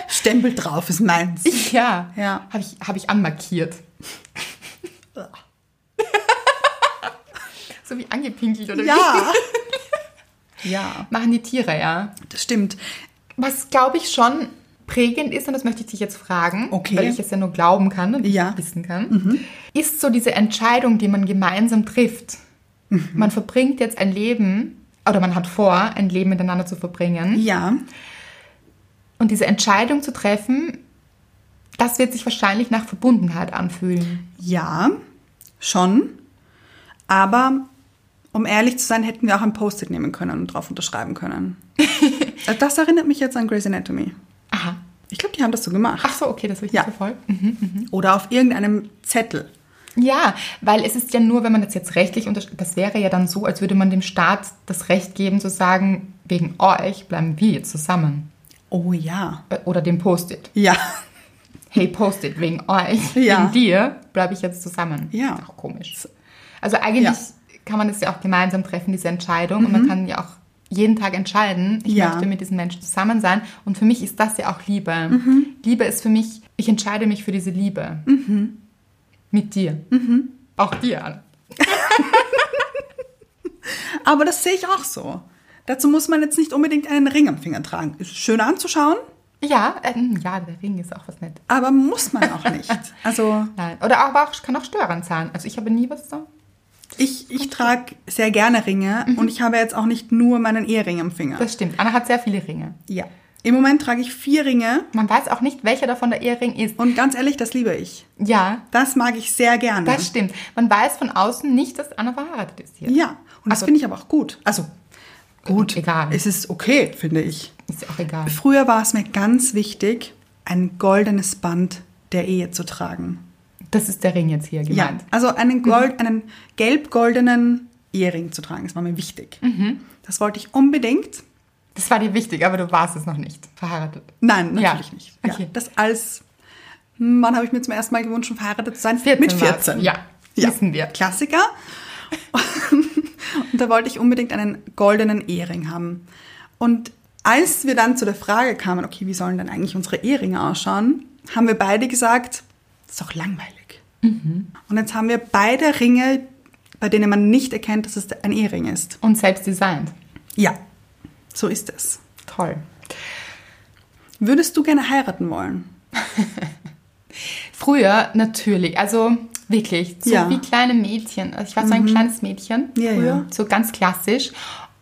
S1: Stempel drauf ist meins.
S2: Ja,
S1: Ja.
S2: habe ich, hab ich anmarkiert. so wie angepinkelt oder
S1: ja. ja,
S2: wie. Machen die Tiere, ja.
S1: das stimmt.
S2: Was, glaube ich, schon prägend ist, und das möchte ich dich jetzt fragen,
S1: Okay.
S2: weil ich es ja nur glauben kann und
S1: Ja. Mhm.
S2: wissen kann, ist so diese Entscheidung, die man gemeinsam trifft.
S1: Mhm.
S2: Man verbringt jetzt ein Leben, oder man hat vor, ein Leben miteinander zu verbringen.
S1: Ja,
S2: Und diese Entscheidung zu treffen, das wird sich wahrscheinlich nach Verbundenheit anfühlen.
S1: ja, schon. Aber um ehrlich zu sein, hätten wir auch ein Post-it nehmen können und drauf unterschreiben können. das erinnert mich jetzt an Grey's Anatomy.
S2: Aha.
S1: Ich glaube, die haben das so gemacht.
S2: Ach so, okay, das habe ich
S1: Ja.
S2: nicht verfolgt.
S1: Oder auf irgendeinem Zettel.
S2: Ja, weil es ist ja nur, wenn man das jetzt rechtlich unterschreibt, das wäre ja dann so, als würde man dem Staat das Recht geben zu sagen, wegen euch bleiben wir jetzt zusammen.
S1: Oh ja.
S2: Äh, Oder dem Post-it.
S1: Ja.
S2: Hey, Post-it, wegen euch,
S1: Ja.
S2: wegen dir bleibe ich jetzt zusammen.
S1: Ja.
S2: Ist auch komisch. Also eigentlich
S1: Ja. Mhm.
S2: kann man das ja auch gemeinsam treffen, diese Entscheidung. Und man kann ja auch jeden Tag entscheiden, ich
S1: Ja.
S2: möchte mit diesen Menschen zusammen sein. Und für mich ist das ja auch Liebe.
S1: Mhm.
S2: Liebe ist für mich, ich entscheide mich für diese Liebe.
S1: Mhm.
S2: Mit dir. Auch dir, Anna.
S1: Aber das sehe ich auch so. Dazu muss man jetzt nicht unbedingt einen Ring am Finger tragen. Ist schön anzuschauen,
S2: Ja, ähm, ja, der Ring ist auch was nett.
S1: aber muss man auch nicht. Also
S2: Nein. Oder aber auch, kann auch störend sein. Also ich habe nie was so.
S1: ich, ich trage sehr gerne Ringe und ich habe jetzt auch nicht nur meinen Ehering am Finger.
S2: Mhm. Das stimmt. Anna hat sehr viele Ringe.
S1: Ja. Im Moment trage ich vier Ringe
S2: Man weiß auch nicht, welcher davon der Ehering ist.
S1: und ganz ehrlich, das liebe ich.
S2: Ja,
S1: Das mag ich sehr gerne.
S2: das stimmt. Man weiß von außen nicht, dass Anna verheiratet ist hier.
S1: ja. Und das
S2: Also-
S1: finde ich aber auch gut. Also gut.
S2: Egal.
S1: Es ist okay, finde ich.
S2: Ist ja auch egal.
S1: Früher war es mir ganz wichtig, ein goldenes Band der Ehe zu tragen.
S2: Das ist der Ring jetzt hier
S1: Ja,
S2: gemeint.
S1: also einen, Gold, einen gelb-goldenen Ehering zu tragen, das war mir wichtig.
S2: Mhm.
S1: Das wollte ich unbedingt.
S2: Das war dir wichtig, aber du warst es noch nicht verheiratet.
S1: Nein,
S2: Ja.
S1: natürlich nicht. Ja,
S2: Okay.
S1: Das als, hm, wann habe ich mir zum ersten Mal gewünscht, schon verheiratet zu sein?
S2: 14
S1: Mit
S2: war's.
S1: 14.
S2: Ja, wissen wir.
S1: Klassiker. Und da wollte ich unbedingt einen goldenen Ehering haben. Und als wir dann zu der Frage kamen, okay, wie sollen denn eigentlich unsere Eheringe ausschauen, haben wir beide gesagt, das ist doch langweilig.
S2: Mhm.
S1: Und jetzt haben wir beide Ringe, bei denen man nicht erkennt, dass es ein Ehering ist.
S2: Und selbst designt.
S1: Ja, so ist es.
S2: Toll.
S1: Würdest du gerne heiraten wollen?
S2: Früher natürlich, also wirklich, so
S1: Ja. Mhm.
S2: wie kleine Mädchen. Also ich war so ein kleines Mädchen
S1: Ja,
S2: früher,
S1: ja.
S2: so ganz klassisch.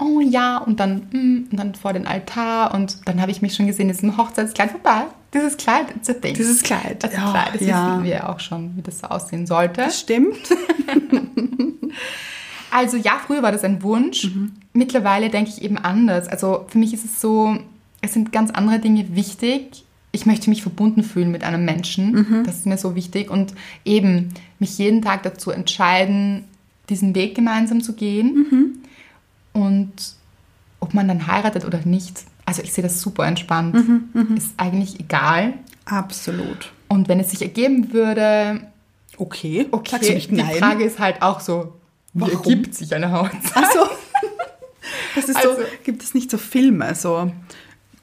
S2: Oh ja, und dann, mm, und dann vor den Altar und dann habe ich mich schon gesehen, das ist ein Hochzeitskleid vorbei. Dieses Kleid, it's a thing.
S1: Dieses Kleid.
S2: Das
S1: Ja,
S2: Kleid, das
S1: ja.
S2: wissen wir auch schon, wie das so aussehen sollte.
S1: Stimmt.
S2: Also ja, früher war das ein Wunsch.
S1: Mhm.
S2: Mittlerweile denke ich eben anders. Also für mich ist es so, es sind ganz andere Dinge wichtig. Ich möchte mich verbunden fühlen mit einem Menschen.
S1: Mhm.
S2: Das ist mir so wichtig. Und eben mich jeden Tag dazu entscheiden, diesen Weg gemeinsam zu gehen.
S1: Mhm.
S2: Und ob man dann heiratet oder nicht. Also ich sehe das super entspannt.
S1: Mhm.
S2: Ist eigentlich egal.
S1: Absolut.
S2: Und wenn es sich ergeben würde,
S1: Okay.
S2: okay,
S1: Sagst du nicht
S2: die
S1: nein?
S2: Frage ist halt auch so, wie
S1: Warum?
S2: ergibt sich eine Hochzeit?
S1: Ach so. Das ist so,
S2: Also-
S1: gibt es nicht so Filme, so.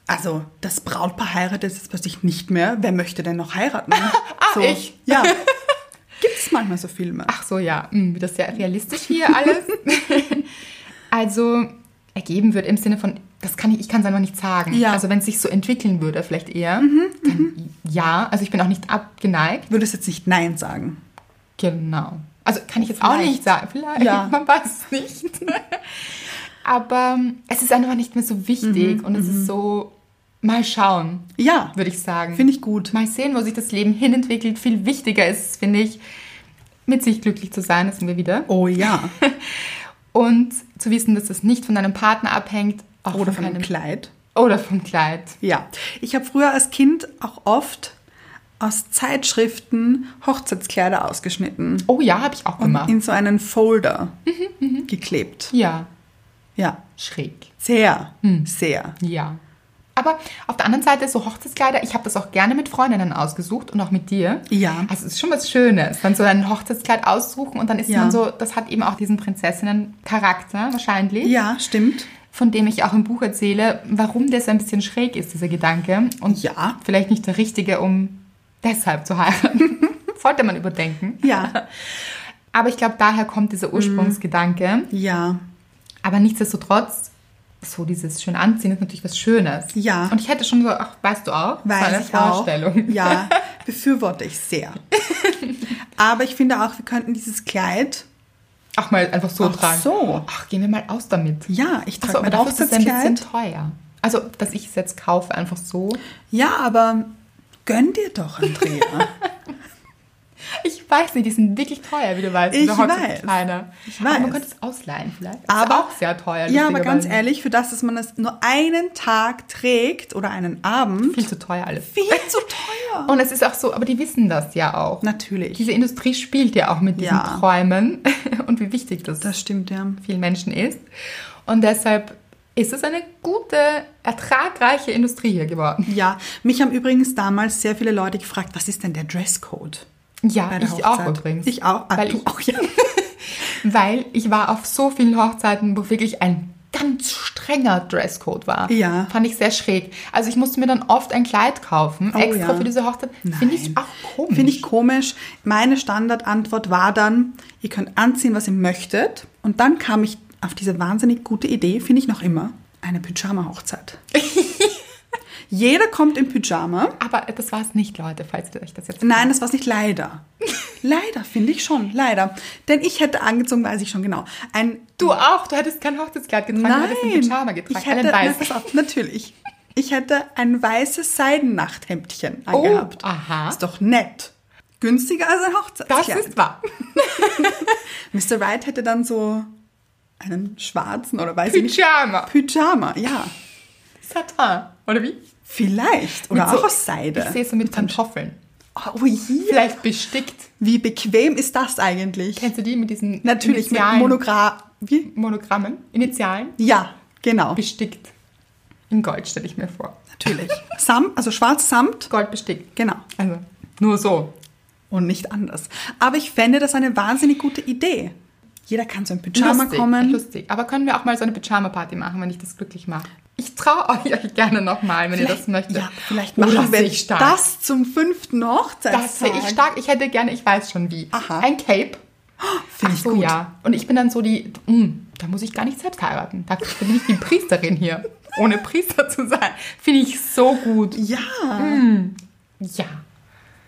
S1: Also, das Brautpaar heiratet jetzt plötzlich nicht mehr. Wer möchte denn noch heiraten? so.
S2: Ah, ich.
S1: Ja. Gibt es manchmal so Filme?
S2: Ach so, ja, hm, wird das ist ja realistisch hier alles. also ergeben wird im Sinne von, das kann ich, ich kann es einfach nicht sagen.
S1: Ja. Mhm,
S2: Also wenn es sich so entwickeln würde, vielleicht eher, dann ja. Also ich bin auch nicht abgeneigt.
S1: Würdest jetzt nicht Nein sagen?
S2: Genau. Also kann ich jetzt auch
S1: Vielleicht.
S2: nicht sagen. Vielleicht,
S1: Ja.
S2: man weiß es nicht. Aber ähm, es ist einfach nicht mehr so
S1: Mhm,
S2: wichtig und es ist so, mal schauen,
S1: Ja.
S2: würde ich sagen.
S1: Finde ich gut.
S2: mal sehen, wo sich das Leben hinentwickelt. Viel wichtiger ist, finde ich, mit sich glücklich zu sein, das sind wir wieder.
S1: Oh ja.
S2: Und zu wissen, dass das nicht von deinem Partner abhängt. Auch
S1: Oder von einem
S2: keinem-
S1: Kleid.
S2: Oder vom Kleid.
S1: Ja. Ich habe früher als Kind auch oft aus Zeitschriften Hochzeitskleider ausgeschnitten
S2: Oh ja, habe ich auch
S1: und
S2: gemacht.
S1: in so einen Folder
S2: Mhm,
S1: geklebt.
S2: Ja,
S1: Ja.
S2: schräg.
S1: Sehr,
S2: Hm.
S1: sehr.
S2: Ja. Aber auf der anderen Seite, so Hochzeitskleider, ich habe das auch gerne mit Freundinnen ausgesucht und auch mit dir.
S1: Ja.
S2: Also es ist schon was Schönes, dann so ein Hochzeitskleid aussuchen und dann ist
S1: Ja.
S2: man so, das hat eben auch diesen Prinzessinnen-Charakter wahrscheinlich.
S1: Ja, stimmt.
S2: von dem ich auch im Buch erzähle, warum der so ein bisschen schräg ist, dieser Gedanke. Und
S1: Ja.
S2: vielleicht nicht der richtige, um deshalb zu heiraten. Sollte man überdenken.
S1: Ja.
S2: Aber ich glaube, daher kommt
S1: Mhm.
S2: dieser Ursprungsgedanke.
S1: Ja.
S2: Aber nichtsdestotrotz, so dieses schön anziehen ist natürlich was Schönes.
S1: Ja.
S2: Und ich hätte schon so, ach, weißt du auch, so eine
S1: Weiß ich auch.
S2: Vorstellung.
S1: Ja, befürworte ich sehr. Aber ich finde auch, wir könnten dieses Kleid.
S2: Ach, mal einfach so
S1: Ach
S2: tragen.
S1: so.
S2: Ach, gehen wir mal aus damit.
S1: Ja, ich
S2: Achso,
S1: trage
S2: aber
S1: mein
S2: dafür ist es ein bisschen
S1: Hochzeitskleid.
S2: teuer. Also, dass ich es jetzt kaufe, einfach so.
S1: Ja, aber gönn dir doch, Andrea.
S2: Ich weiß nicht, die sind wirklich teuer, wie du weißt.
S1: Ich
S2: diese
S1: weiß.
S2: Hochzeitskleider.
S1: Ich
S2: Aber
S1: weiß.
S2: man könnte es ausleihen vielleicht. Das ist
S1: Aber-
S2: auch sehr teuer.
S1: ja, aber ganz
S2: lustigerweise.
S1: ehrlich, für das, dass man es nur einen Tag trägt oder einen Abend,
S2: Viel zu teuer alles.
S1: viel zu teuer.
S2: Oh. Und es ist auch so, aber die wissen das ja auch.
S1: Natürlich.
S2: Diese Industrie spielt ja auch mit diesen
S1: Ja.
S2: Träumen und wie wichtig das,
S1: Das stimmt, ja.
S2: vielen Menschen ist. Und deshalb ist es eine gute, ertragreiche Industrie hier geworden.
S1: Ja, mich haben übrigens damals sehr viele Leute gefragt, was ist denn der Dresscode?
S2: Ja,
S1: bei der
S2: ich auch
S1: Hochzeit?
S2: übrigens.
S1: Ich auch. Ah,
S2: Weil
S1: du
S2: ich-
S1: auch, ja.
S2: Weil ich war auf so vielen Hochzeiten, wo wirklich ein ganz strenger Dresscode war.
S1: Ja.
S2: Fand ich sehr schräg. Also ich musste mir dann oft ein Kleid kaufen,
S1: Oh,
S2: extra
S1: ja.
S2: für diese Hochzeit. Finde ich
S1: Nein.
S2: auch komisch.
S1: Finde ich komisch. Meine Standardantwort war dann, ihr könnt anziehen, was ihr möchtet. Und dann kam ich auf diese wahnsinnig gute Idee, finde ich noch immer, eine Pyjama-Hochzeit. Jeder kommt im Pyjama.
S2: Aber das war es nicht, Leute, falls ihr euch das jetzt...
S1: Nein, das war's nicht. Leider. Leider, finde ich schon. Leider. Denn ich hätte angezogen, weiß ich schon genau. Ein
S2: Du auch, du hättest kein Hochzeitskleid getragen, du hättest ein Pyjama getragen.
S1: ich hätte,
S2: einen
S1: nein,
S2: weiß.
S1: pass auf, natürlich. Ich hätte ein weißes Seidennachthemdchen angehabt.
S2: Oh, aha.
S1: Ist doch nett. Günstiger als ein
S2: Das
S1: Hochzeitskleid.
S2: ist wahr.
S1: Mr. Right hätte dann so einen schwarzen oder weiß ich nicht.
S2: Pyjama.
S1: Pyjama, ja.
S2: Satin. Oder wie?
S1: Vielleicht. Oder
S2: Mit
S1: auch
S2: so-
S1: aus Seide.
S2: Ich sehe es so mit Pantoffeln.
S1: oh je.
S2: Vielleicht bestickt.
S1: Wie bequem ist das eigentlich?
S2: Kennst du die mit diesen
S1: Natürlich mit
S2: Initialen?
S1: Monogramm. Wie?
S2: Monogrammen? Initialen?
S1: Ja, genau.
S2: Bestickt. In Gold stelle ich mir vor.
S1: Natürlich. Sam, also schwarz Samt.
S2: Gold bestickt.
S1: Genau.
S2: Also nur so.
S1: Und nicht anders. Aber ich fände das eine wahnsinnig gute Idee. Jeder kann so ein Pyjama
S2: lustig,
S1: kommen.
S2: Lustig. Aber können wir auch mal so eine Pyjama-Party machen, wenn ich das glücklich mache? Ich traue euch, euch gerne nochmal, wenn ihr das möchtet.
S1: Ja, vielleicht
S2: Oh,
S1: machen
S2: das
S1: wir
S2: sehe ich stark.
S1: das zum fünften Hochzeitstag.
S2: Das sehe ich stark. Ich hätte gerne, ich weiß schon wie.
S1: Aha.
S2: Ein Cape.
S1: Finde ich
S2: so,
S1: gut.
S2: ja. Und ich bin dann so die, mm, da muss ich gar nicht selbst heiraten. Da bin ich die Priesterin hier, ohne Priester zu sein. Finde ich so gut. Hm.
S1: Ja,
S2: Ja.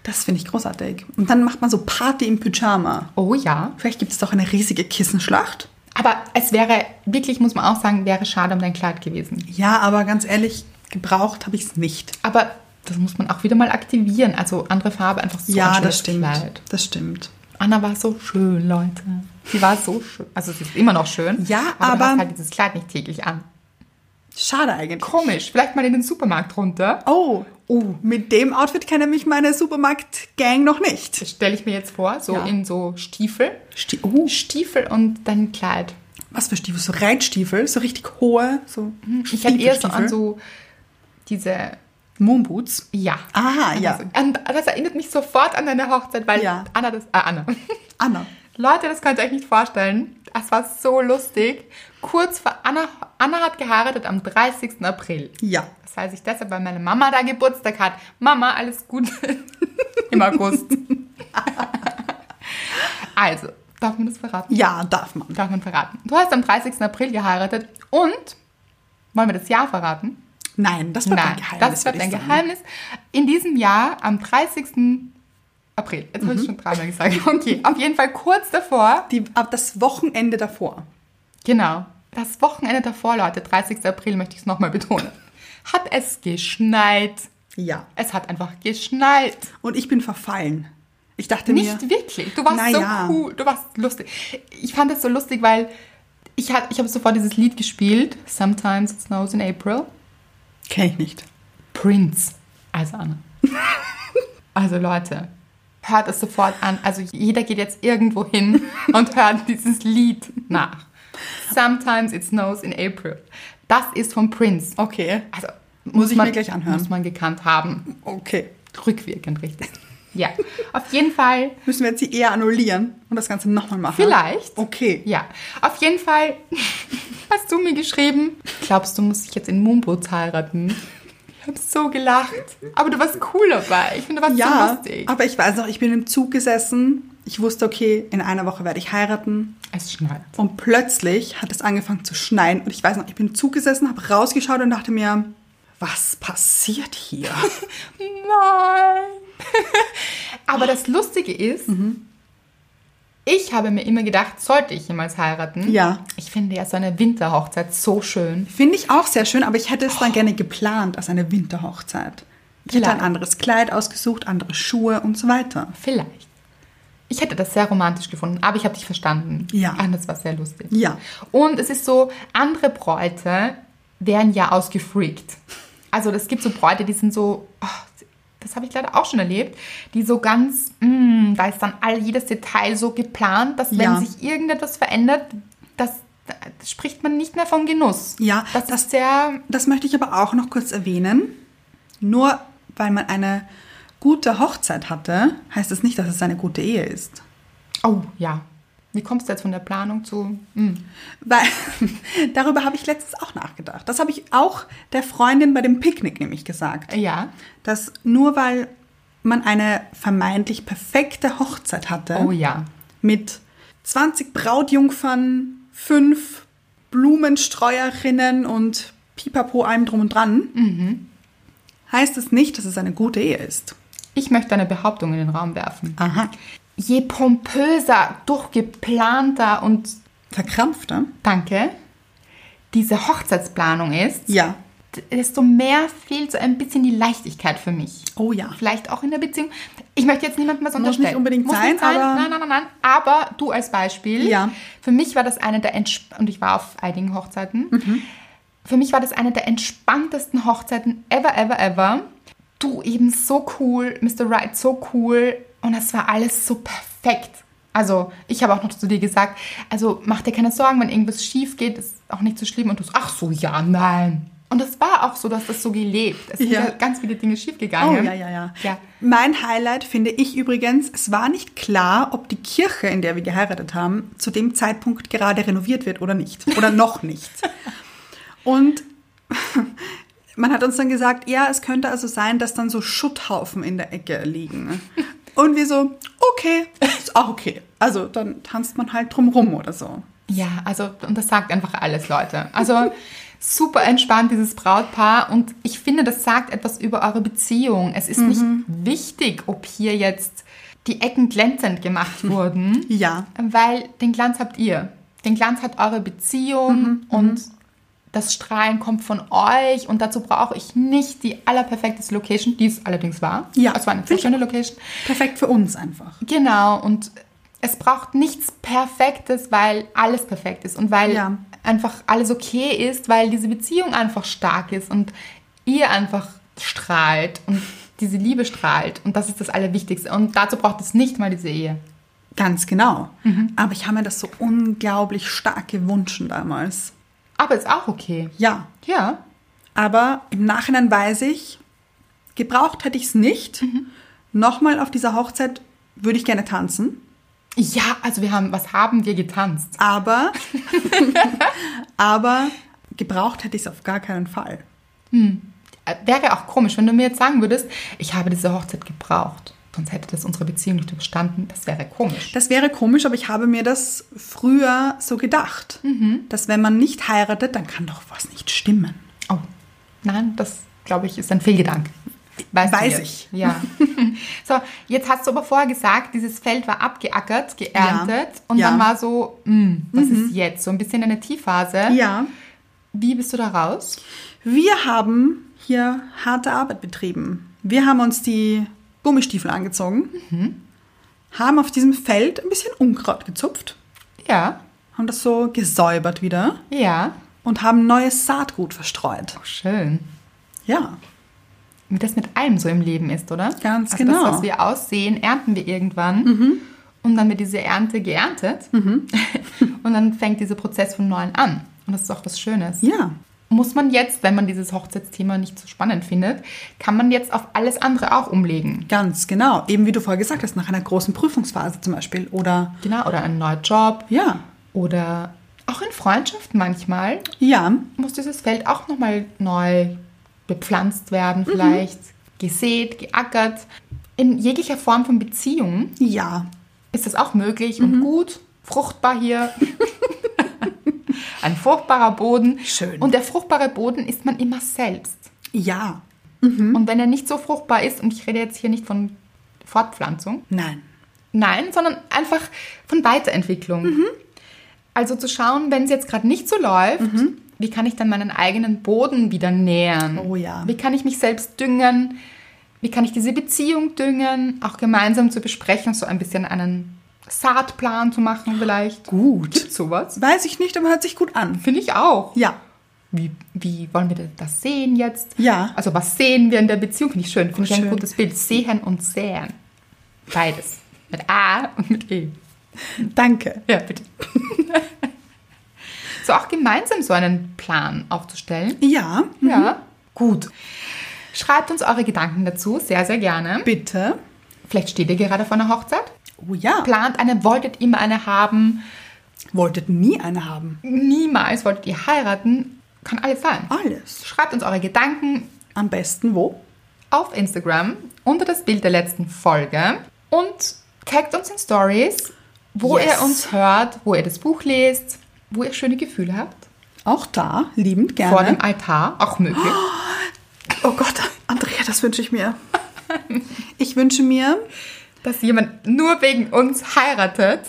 S1: das finde ich großartig. Und dann macht man so Party im Pyjama.
S2: Oh ja.
S1: Vielleicht gibt es doch eine riesige Kissenschlacht.
S2: Aber es wäre, wirklich muss man auch sagen, wäre schade um dein Kleid gewesen.
S1: Ja, aber ganz ehrlich, gebraucht habe ich es nicht.
S2: Aber das muss man auch wieder mal aktivieren. Also andere Farbe, einfach so ein
S1: ja,
S2: schönes
S1: das stimmt.
S2: Kleid.
S1: Das stimmt.
S2: Anna war so schön, Leute. Sie war so schön. Also sie ist immer noch schön.
S1: Ja,
S2: aber... Du
S1: aber-
S2: hast halt dieses Kleid nicht täglich an.
S1: Schade eigentlich.
S2: Komisch. Vielleicht mal in den Supermarkt runter.
S1: Oh, oh, mit dem Outfit kenne mich meine Supermarkt-Gang noch nicht.
S2: Das stelle ich mir jetzt vor, so
S1: Ja.
S2: in so Stiefel.
S1: Sti oh,
S2: Stiefel und dann Kleid.
S1: was für Stiefel? So Reitstiefel, so richtig hohe, so
S2: Hm, Ich hatte eher so an
S1: Stiefelstiefel.
S2: so diese,
S1: Moonboots.
S2: ja.
S1: Aha, ja.
S2: Also, an, das erinnert mich sofort an deine Hochzeit, weil
S1: Ja.
S2: Anna das, äh, Anna.
S1: Anna.
S2: Leute, das könnt ihr euch nicht vorstellen. Das war so lustig. Kurz vor Anna, Anna hat geheiratet am 30. April.
S1: Ja.
S2: Das heißt, ich deshalb, weil meine Mama da Geburtstag hat. Mama, alles Gute im August. also, darf man das verraten?
S1: Ja, darf man.
S2: Darf man verraten. Du hast am 30. April geheiratet und, wollen wir das Jahr verraten?
S1: Nein, das wird
S2: Nein,
S1: ein Geheimnis.
S2: das
S1: würde
S2: wird
S1: ich
S2: ein
S1: sagen.
S2: Geheimnis. In diesem Jahr, am 30. April, jetzt habe
S1: Mhm.
S2: ich schon dreimal gesagt. Okay, auf jeden Fall kurz davor.
S1: Die, ab das Wochenende davor.
S2: Genau, das Wochenende davor, Leute, 30. April möchte ich es nochmal betonen. Hat es geschneit.
S1: Ja.
S2: Es hat einfach geschneit.
S1: Und ich bin verfallen. Ich dachte
S2: Nicht
S1: mir,
S2: wirklich. Du warst
S1: Na
S2: so
S1: ja.
S2: cool. Du warst lustig. Ich fand das so lustig, weil ich, hat- ich habe sofort dieses Lied gespielt. Sometimes it snows in April.
S1: kenne ich nicht.
S2: Prince als Anna. also Leute, hört es sofort an. Also jeder geht jetzt irgendwo hin und hört dieses Lied nach. Sometimes it snows in April. Das ist von Prince.
S1: Okay.
S2: Also muss,
S1: ich
S2: man,
S1: mir gleich anhören.
S2: Muss man gekannt haben.
S1: Okay.
S2: Rückwirkend, richtig. Ja, auf jeden Fall.
S1: Müssen wir jetzt die Ehe annullieren und das Ganze nochmal machen?
S2: Vielleicht.
S1: Okay.
S2: Ja, auf jeden Fall hast du mir geschrieben, glaubst du, muss ich jetzt in Moonboots heiraten? Ich habe so gelacht. Aber du warst cool dabei. Ich finde, du warst so
S1: Ja,
S2: lustig.
S1: aber ich weiß noch, ich bin im Zug gesessen. Ich wusste, okay, in einer Woche werde ich heiraten.
S2: Es schneit.
S1: Und plötzlich hat es angefangen zu schneien. Und ich weiß noch, ich bin im Zug gesessen, habe rausgeschaut und dachte mir, was passiert hier?
S2: Nein. Aber das Lustige ist,
S1: Mhm.
S2: ich habe mir immer gedacht, sollte ich jemals heiraten?
S1: Ja.
S2: Ich finde ja so eine Winterhochzeit so schön.
S1: Finde ich auch sehr schön, aber ich hätte es dann gerne geplant als eine Winterhochzeit. Ich hätte
S2: Oh. Vielleicht.
S1: ein anderes Kleid ausgesucht, andere Schuhe und so weiter.
S2: Vielleicht. Ich hätte das sehr romantisch gefunden, aber ich habe dich verstanden.
S1: Ja.
S2: Ah, das war sehr lustig.
S1: Ja.
S2: Und es ist so, andere Bräute werden ja ausgefreakt. Also es gibt so Bräute, die sind so, ach, das habe ich leider auch schon erlebt, die so ganz, mm, da ist dann all jedes Detail so geplant, dass wenn
S1: Ja.
S2: sich irgendetwas verändert, das, das spricht man nicht mehr vom Genuss.
S1: Ja,
S2: das,
S1: das-
S2: ist sehr,
S1: Das möchte ich aber auch noch kurz erwähnen. Nur weil man eine gute Hochzeit hatte, heißt es nicht, dass es eine gute Ehe ist.
S2: oh ja. Wie kommst du jetzt von der Planung zu? Mm.
S1: Weil darüber habe ich letztens auch nachgedacht. Das habe ich auch der Freundin bei dem Picknick nämlich gesagt.
S2: Ja.
S1: Dass nur weil man eine vermeintlich perfekte Hochzeit hatte,
S2: Oh ja.
S1: mit 20 Brautjungfern, 5 Blumenstreuerinnen und Pipapo allem drum und dran, Mhm. heißt es nicht, dass es eine gute Ehe ist.
S2: Ich möchte eine Behauptung in den Raum werfen.
S1: Aha.
S2: Je pompöser, durchgeplanter und
S1: Verkrampfter?
S2: danke diese Hochzeitsplanung ist,
S1: Ja.
S2: desto mehr fehlt so ein bisschen die Leichtigkeit für mich.
S1: Oh ja.
S2: Vielleicht auch in der Beziehung. Ich möchte jetzt niemandem was unterstellen.
S1: nicht unbedingt sein, aber-
S2: Nein, nein, nein, nein. Aber du als Beispiel.
S1: Ja.
S2: Für mich war das eine der... Entsp und ich war auf einigen Hochzeiten.
S1: Mhm.
S2: Für mich war das eine der entspanntesten Hochzeiten ever, ever, ever. Du eben so cool, Mr. Wright so cool und das war alles so perfekt. Also, ich habe auch noch zu dir gesagt, also mach dir keine Sorgen, wenn irgendwas schief geht, ist auch nicht so schlimm und du so, ach so, ja, nein. Und das war auch so, dass das so gelebt. Es sind
S1: Ja.
S2: ja ganz viele Dinge schief
S1: Oh
S2: gegangen.
S1: ja, ja, ja,
S2: Ja.
S1: Mein Highlight finde ich übrigens, es war nicht klar, ob die Kirche, in der wir geheiratet haben, zu dem Zeitpunkt gerade renoviert wird oder nicht. Oder noch nicht. Und man hat uns dann gesagt, ja, es könnte also sein, dass dann so Schutthaufen in der Ecke liegen. Und wir so, okay, ist auch okay. Also dann tanzt man halt drumrum oder so.
S2: Ja, also, und das sagt einfach alles, Leute. Also, super entspannt, dieses Brautpaar. Und ich finde, das sagt etwas über eure Beziehung. Es ist
S1: Mhm.
S2: nicht wichtig, ob hier jetzt die Ecken glänzend gemacht wurden,
S1: Ja.
S2: weil den Glanz habt ihr. Den Glanz hat eure Beziehung
S1: Mhm,
S2: und das Strahlen kommt von euch. Und dazu brauche ich nicht die allerperfekteste Location, die es allerdings war.
S1: Ja,
S2: Es war eine
S1: finde
S2: sehr
S1: ich
S2: schöne Location.
S1: Perfekt für uns einfach.
S2: Genau, und es braucht nichts Perfektes, weil alles perfekt ist und weil
S1: Ja.
S2: einfach alles okay ist, weil diese Beziehung einfach stark ist und ihr einfach strahlt und diese Liebe strahlt. Und das ist das Allerwichtigste. Und dazu braucht es nicht mal diese Ehe.
S1: Ganz genau. Aber ich habe mir das so unglaublich stark gewünscht damals.
S2: Aber ist auch okay.
S1: Ja,
S2: Ja.
S1: aber im Nachhinein weiß ich, gebraucht hätte ich es nicht. Nochmal auf dieser Hochzeit würde ich gerne tanzen,
S2: Ja, also wir haben, was haben wir getanzt?
S1: aber, aber gebraucht hätte ich es auf gar keinen Fall.
S2: Äh, Wäre auch komisch, wenn du mir jetzt sagen würdest, ich habe diese Hochzeit gebraucht. Sonst hätte das unsere Beziehung nicht überstanden. Das wäre komisch.
S1: Das wäre komisch, aber ich habe mir das früher so gedacht, dass wenn man nicht heiratet, dann kann doch was nicht stimmen.
S2: Oh, nein, das glaube ich ist ein Fehlgedanke. Weißt
S1: Weiß
S2: jetzt.
S1: ich.
S2: Ja. so, jetzt hast du aber vorher gesagt, dieses Feld war abgeackert, geerntet
S1: Ja.
S2: und
S1: Ja. Mhm.
S2: dann war so, hm, was ist jetzt? So ein bisschen eine Tiefphase.
S1: Ja.
S2: Wie bist du da raus?
S1: Wir haben hier harte Arbeit betrieben. Wir haben uns die Gummistiefel angezogen, haben auf diesem Feld ein bisschen Unkraut gezupft,
S2: Ja,
S1: haben das so gesäubert wieder
S2: ja. Oh,
S1: und haben neues Saatgut verstreut.
S2: Schön.
S1: Ja,
S2: Wie das mit allem so im Leben ist, oder?
S1: Ganz
S2: also
S1: genau. Mhm.
S2: Das, was wir aussehen, ernten wir irgendwann. Und dann wird diese Ernte geerntet. und dann fängt dieser Prozess von neuem an. Und das ist auch was Schönes.
S1: ja.
S2: Muss man jetzt, wenn man dieses Hochzeitsthema nicht so spannend findet, kann man jetzt auf alles andere auch umlegen.
S1: Ganz genau. Eben wie du vorher gesagt hast, nach einer großen Prüfungsphase zum Beispiel. Oder
S2: Genau, oder einen neuen Job.
S1: ja,
S2: Oder auch in Freundschaft manchmal
S1: ja,
S2: muss dieses Feld auch nochmal neu bepflanzt werden, vielleicht gesät, geackert. In jeglicher Form von Beziehung
S1: ja.
S2: ist das auch möglich und gut, fruchtbar hier. Ein fruchtbarer Boden.
S1: Schön.
S2: Und der fruchtbare Boden ist man immer selbst.
S1: Ja, Hm?
S2: Und wenn er nicht so fruchtbar ist, und ich rede jetzt hier nicht von Fortpflanzung,
S1: nein.
S2: nein, sondern einfach von Weiterentwicklung.
S1: Mhm.
S2: Also zu schauen, wenn es jetzt gerade nicht so läuft, wie kann ich dann meinen eigenen Boden wieder nähern?
S1: Mhm. Oh ja.
S2: Wie kann ich mich selbst düngen? Wie kann ich diese Beziehung düngen? Auch gemeinsam zu besprechen, so ein bisschen einen Saatplan zu machen vielleicht.
S1: Gut.
S2: Gibt's sowas?
S1: Weiß ich nicht, aber hört sich gut an.
S2: Finde ich auch.
S1: Ja,
S2: Wie, wie wollen wir denn das sehen jetzt?
S1: Ja. Oh,
S2: Also was sehen wir in der Beziehung? Finde ich schön. Finde ich
S1: schön.
S2: ein gutes Bild. Sehen und säen. Beides. Mit A und mit E.
S1: danke.
S2: Ja, bitte. so auch gemeinsam so einen Plan aufzustellen.
S1: Ja,
S2: Ja. Gut. Schreibt uns eure Gedanken dazu, sehr, sehr gerne.
S1: bitte.
S2: Vielleicht steht ihr gerade vor einer Hochzeit.
S1: Oh ja.
S2: Plant eine, wolltet immer eine haben.
S1: Wolltet nie eine haben.
S2: Niemals wolltet ihr heiraten. Kann alles
S1: Oh.
S2: sein.
S1: Alles.
S2: Schreibt uns eure Gedanken
S1: Am besten wo?
S2: auf Instagram unter das Bild der letzten Folge und taggt uns in Stories, wo
S1: Yes.
S2: ihr uns hört, wo ihr das Buch lest, wo ihr schöne Gefühle habt.
S1: Auch da, liebend gerne.
S2: Vor dem Altar, auch möglich.
S1: oh Gott, Andrea, das wünsche ich mir. Ich wünsche mir,
S2: Dass jemand nur wegen uns heiratet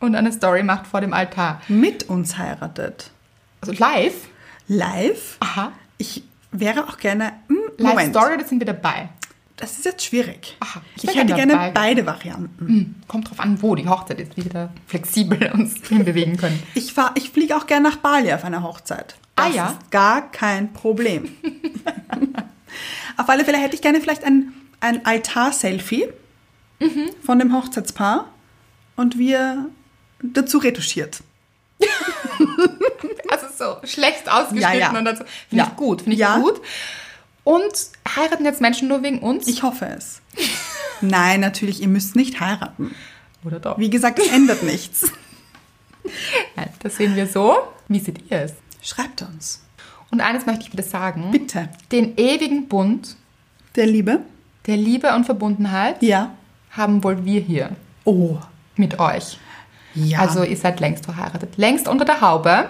S2: und eine Story macht vor dem Altar.
S1: mit uns heiratet.
S2: Also live.
S1: Live.
S2: Aha.
S1: Ich wäre auch gerne. Hm,
S2: Live
S1: Moment.
S2: Story, da sind wir dabei.
S1: Das ist jetzt schwierig.
S2: Aha,
S1: ich
S2: ich bin
S1: hätte
S2: gerne
S1: gerne
S2: beide.
S1: beide, Varianten.
S2: Hm, Kommt drauf an, wo die Hochzeit ist, wie wir da flexibel uns hinbewegen können.
S1: Ich, fahr- ich fliege auch gerne nach Bali auf einer Hochzeit. Das
S2: Ah, ja?
S1: ist gar kein Problem. auf alle Fälle hätte ich gerne vielleicht ein, ein Altar-Selfie
S2: Mhm.
S1: von dem Hochzeitspaar und wir dazu retuschiert.
S2: Also so schlecht ausgeschnitten
S1: Ja, ja.
S2: und dazu. Finde
S1: Ja.
S2: ich gut, finde ich
S1: Ja.
S2: gut. Und heiraten jetzt Menschen nur wegen uns?
S1: Ich hoffe es. Nein, natürlich, ihr müsst nicht heiraten.
S2: Oder doch?
S1: Wie gesagt, es ändert nichts.
S2: Nein, Das sehen wir so. Wie seht ihr es?
S1: Schreibt uns.
S2: Und eines möchte ich wieder sagen.
S1: Bitte.
S2: Den ewigen Bund
S1: Der Liebe?
S2: der Liebe und Verbundenheit
S1: Ja.
S2: haben wohl wir hier
S1: Oh.
S2: mit euch.
S1: Ja.
S2: Also ihr seid längst verheiratet. Längst unter der Haube.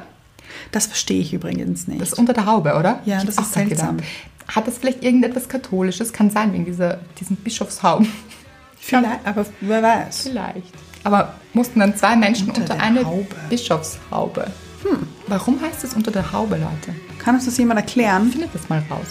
S1: das verstehe ich übrigens nicht.
S2: Das um- ist unter der Haube, oder?
S1: Ja,
S2: hab
S1: das
S2: auch
S1: ist
S2: grad
S1: seltsam.
S2: gedacht. Hat das vielleicht irgendetwas Katholisches? Kann sein, wegen dieser, diesen Bischofshauben.
S1: Vielleicht, aber wer weiß.
S2: Vielleicht. Aber mussten dann zwei Menschen
S1: Unter
S2: unter,
S1: der
S2: eine
S1: Haube.
S2: Bischofshaube. Hm. Warum heißt es unter der Haube, Leute?
S1: Kann uns das jemand erklären?
S2: Findet das mal raus.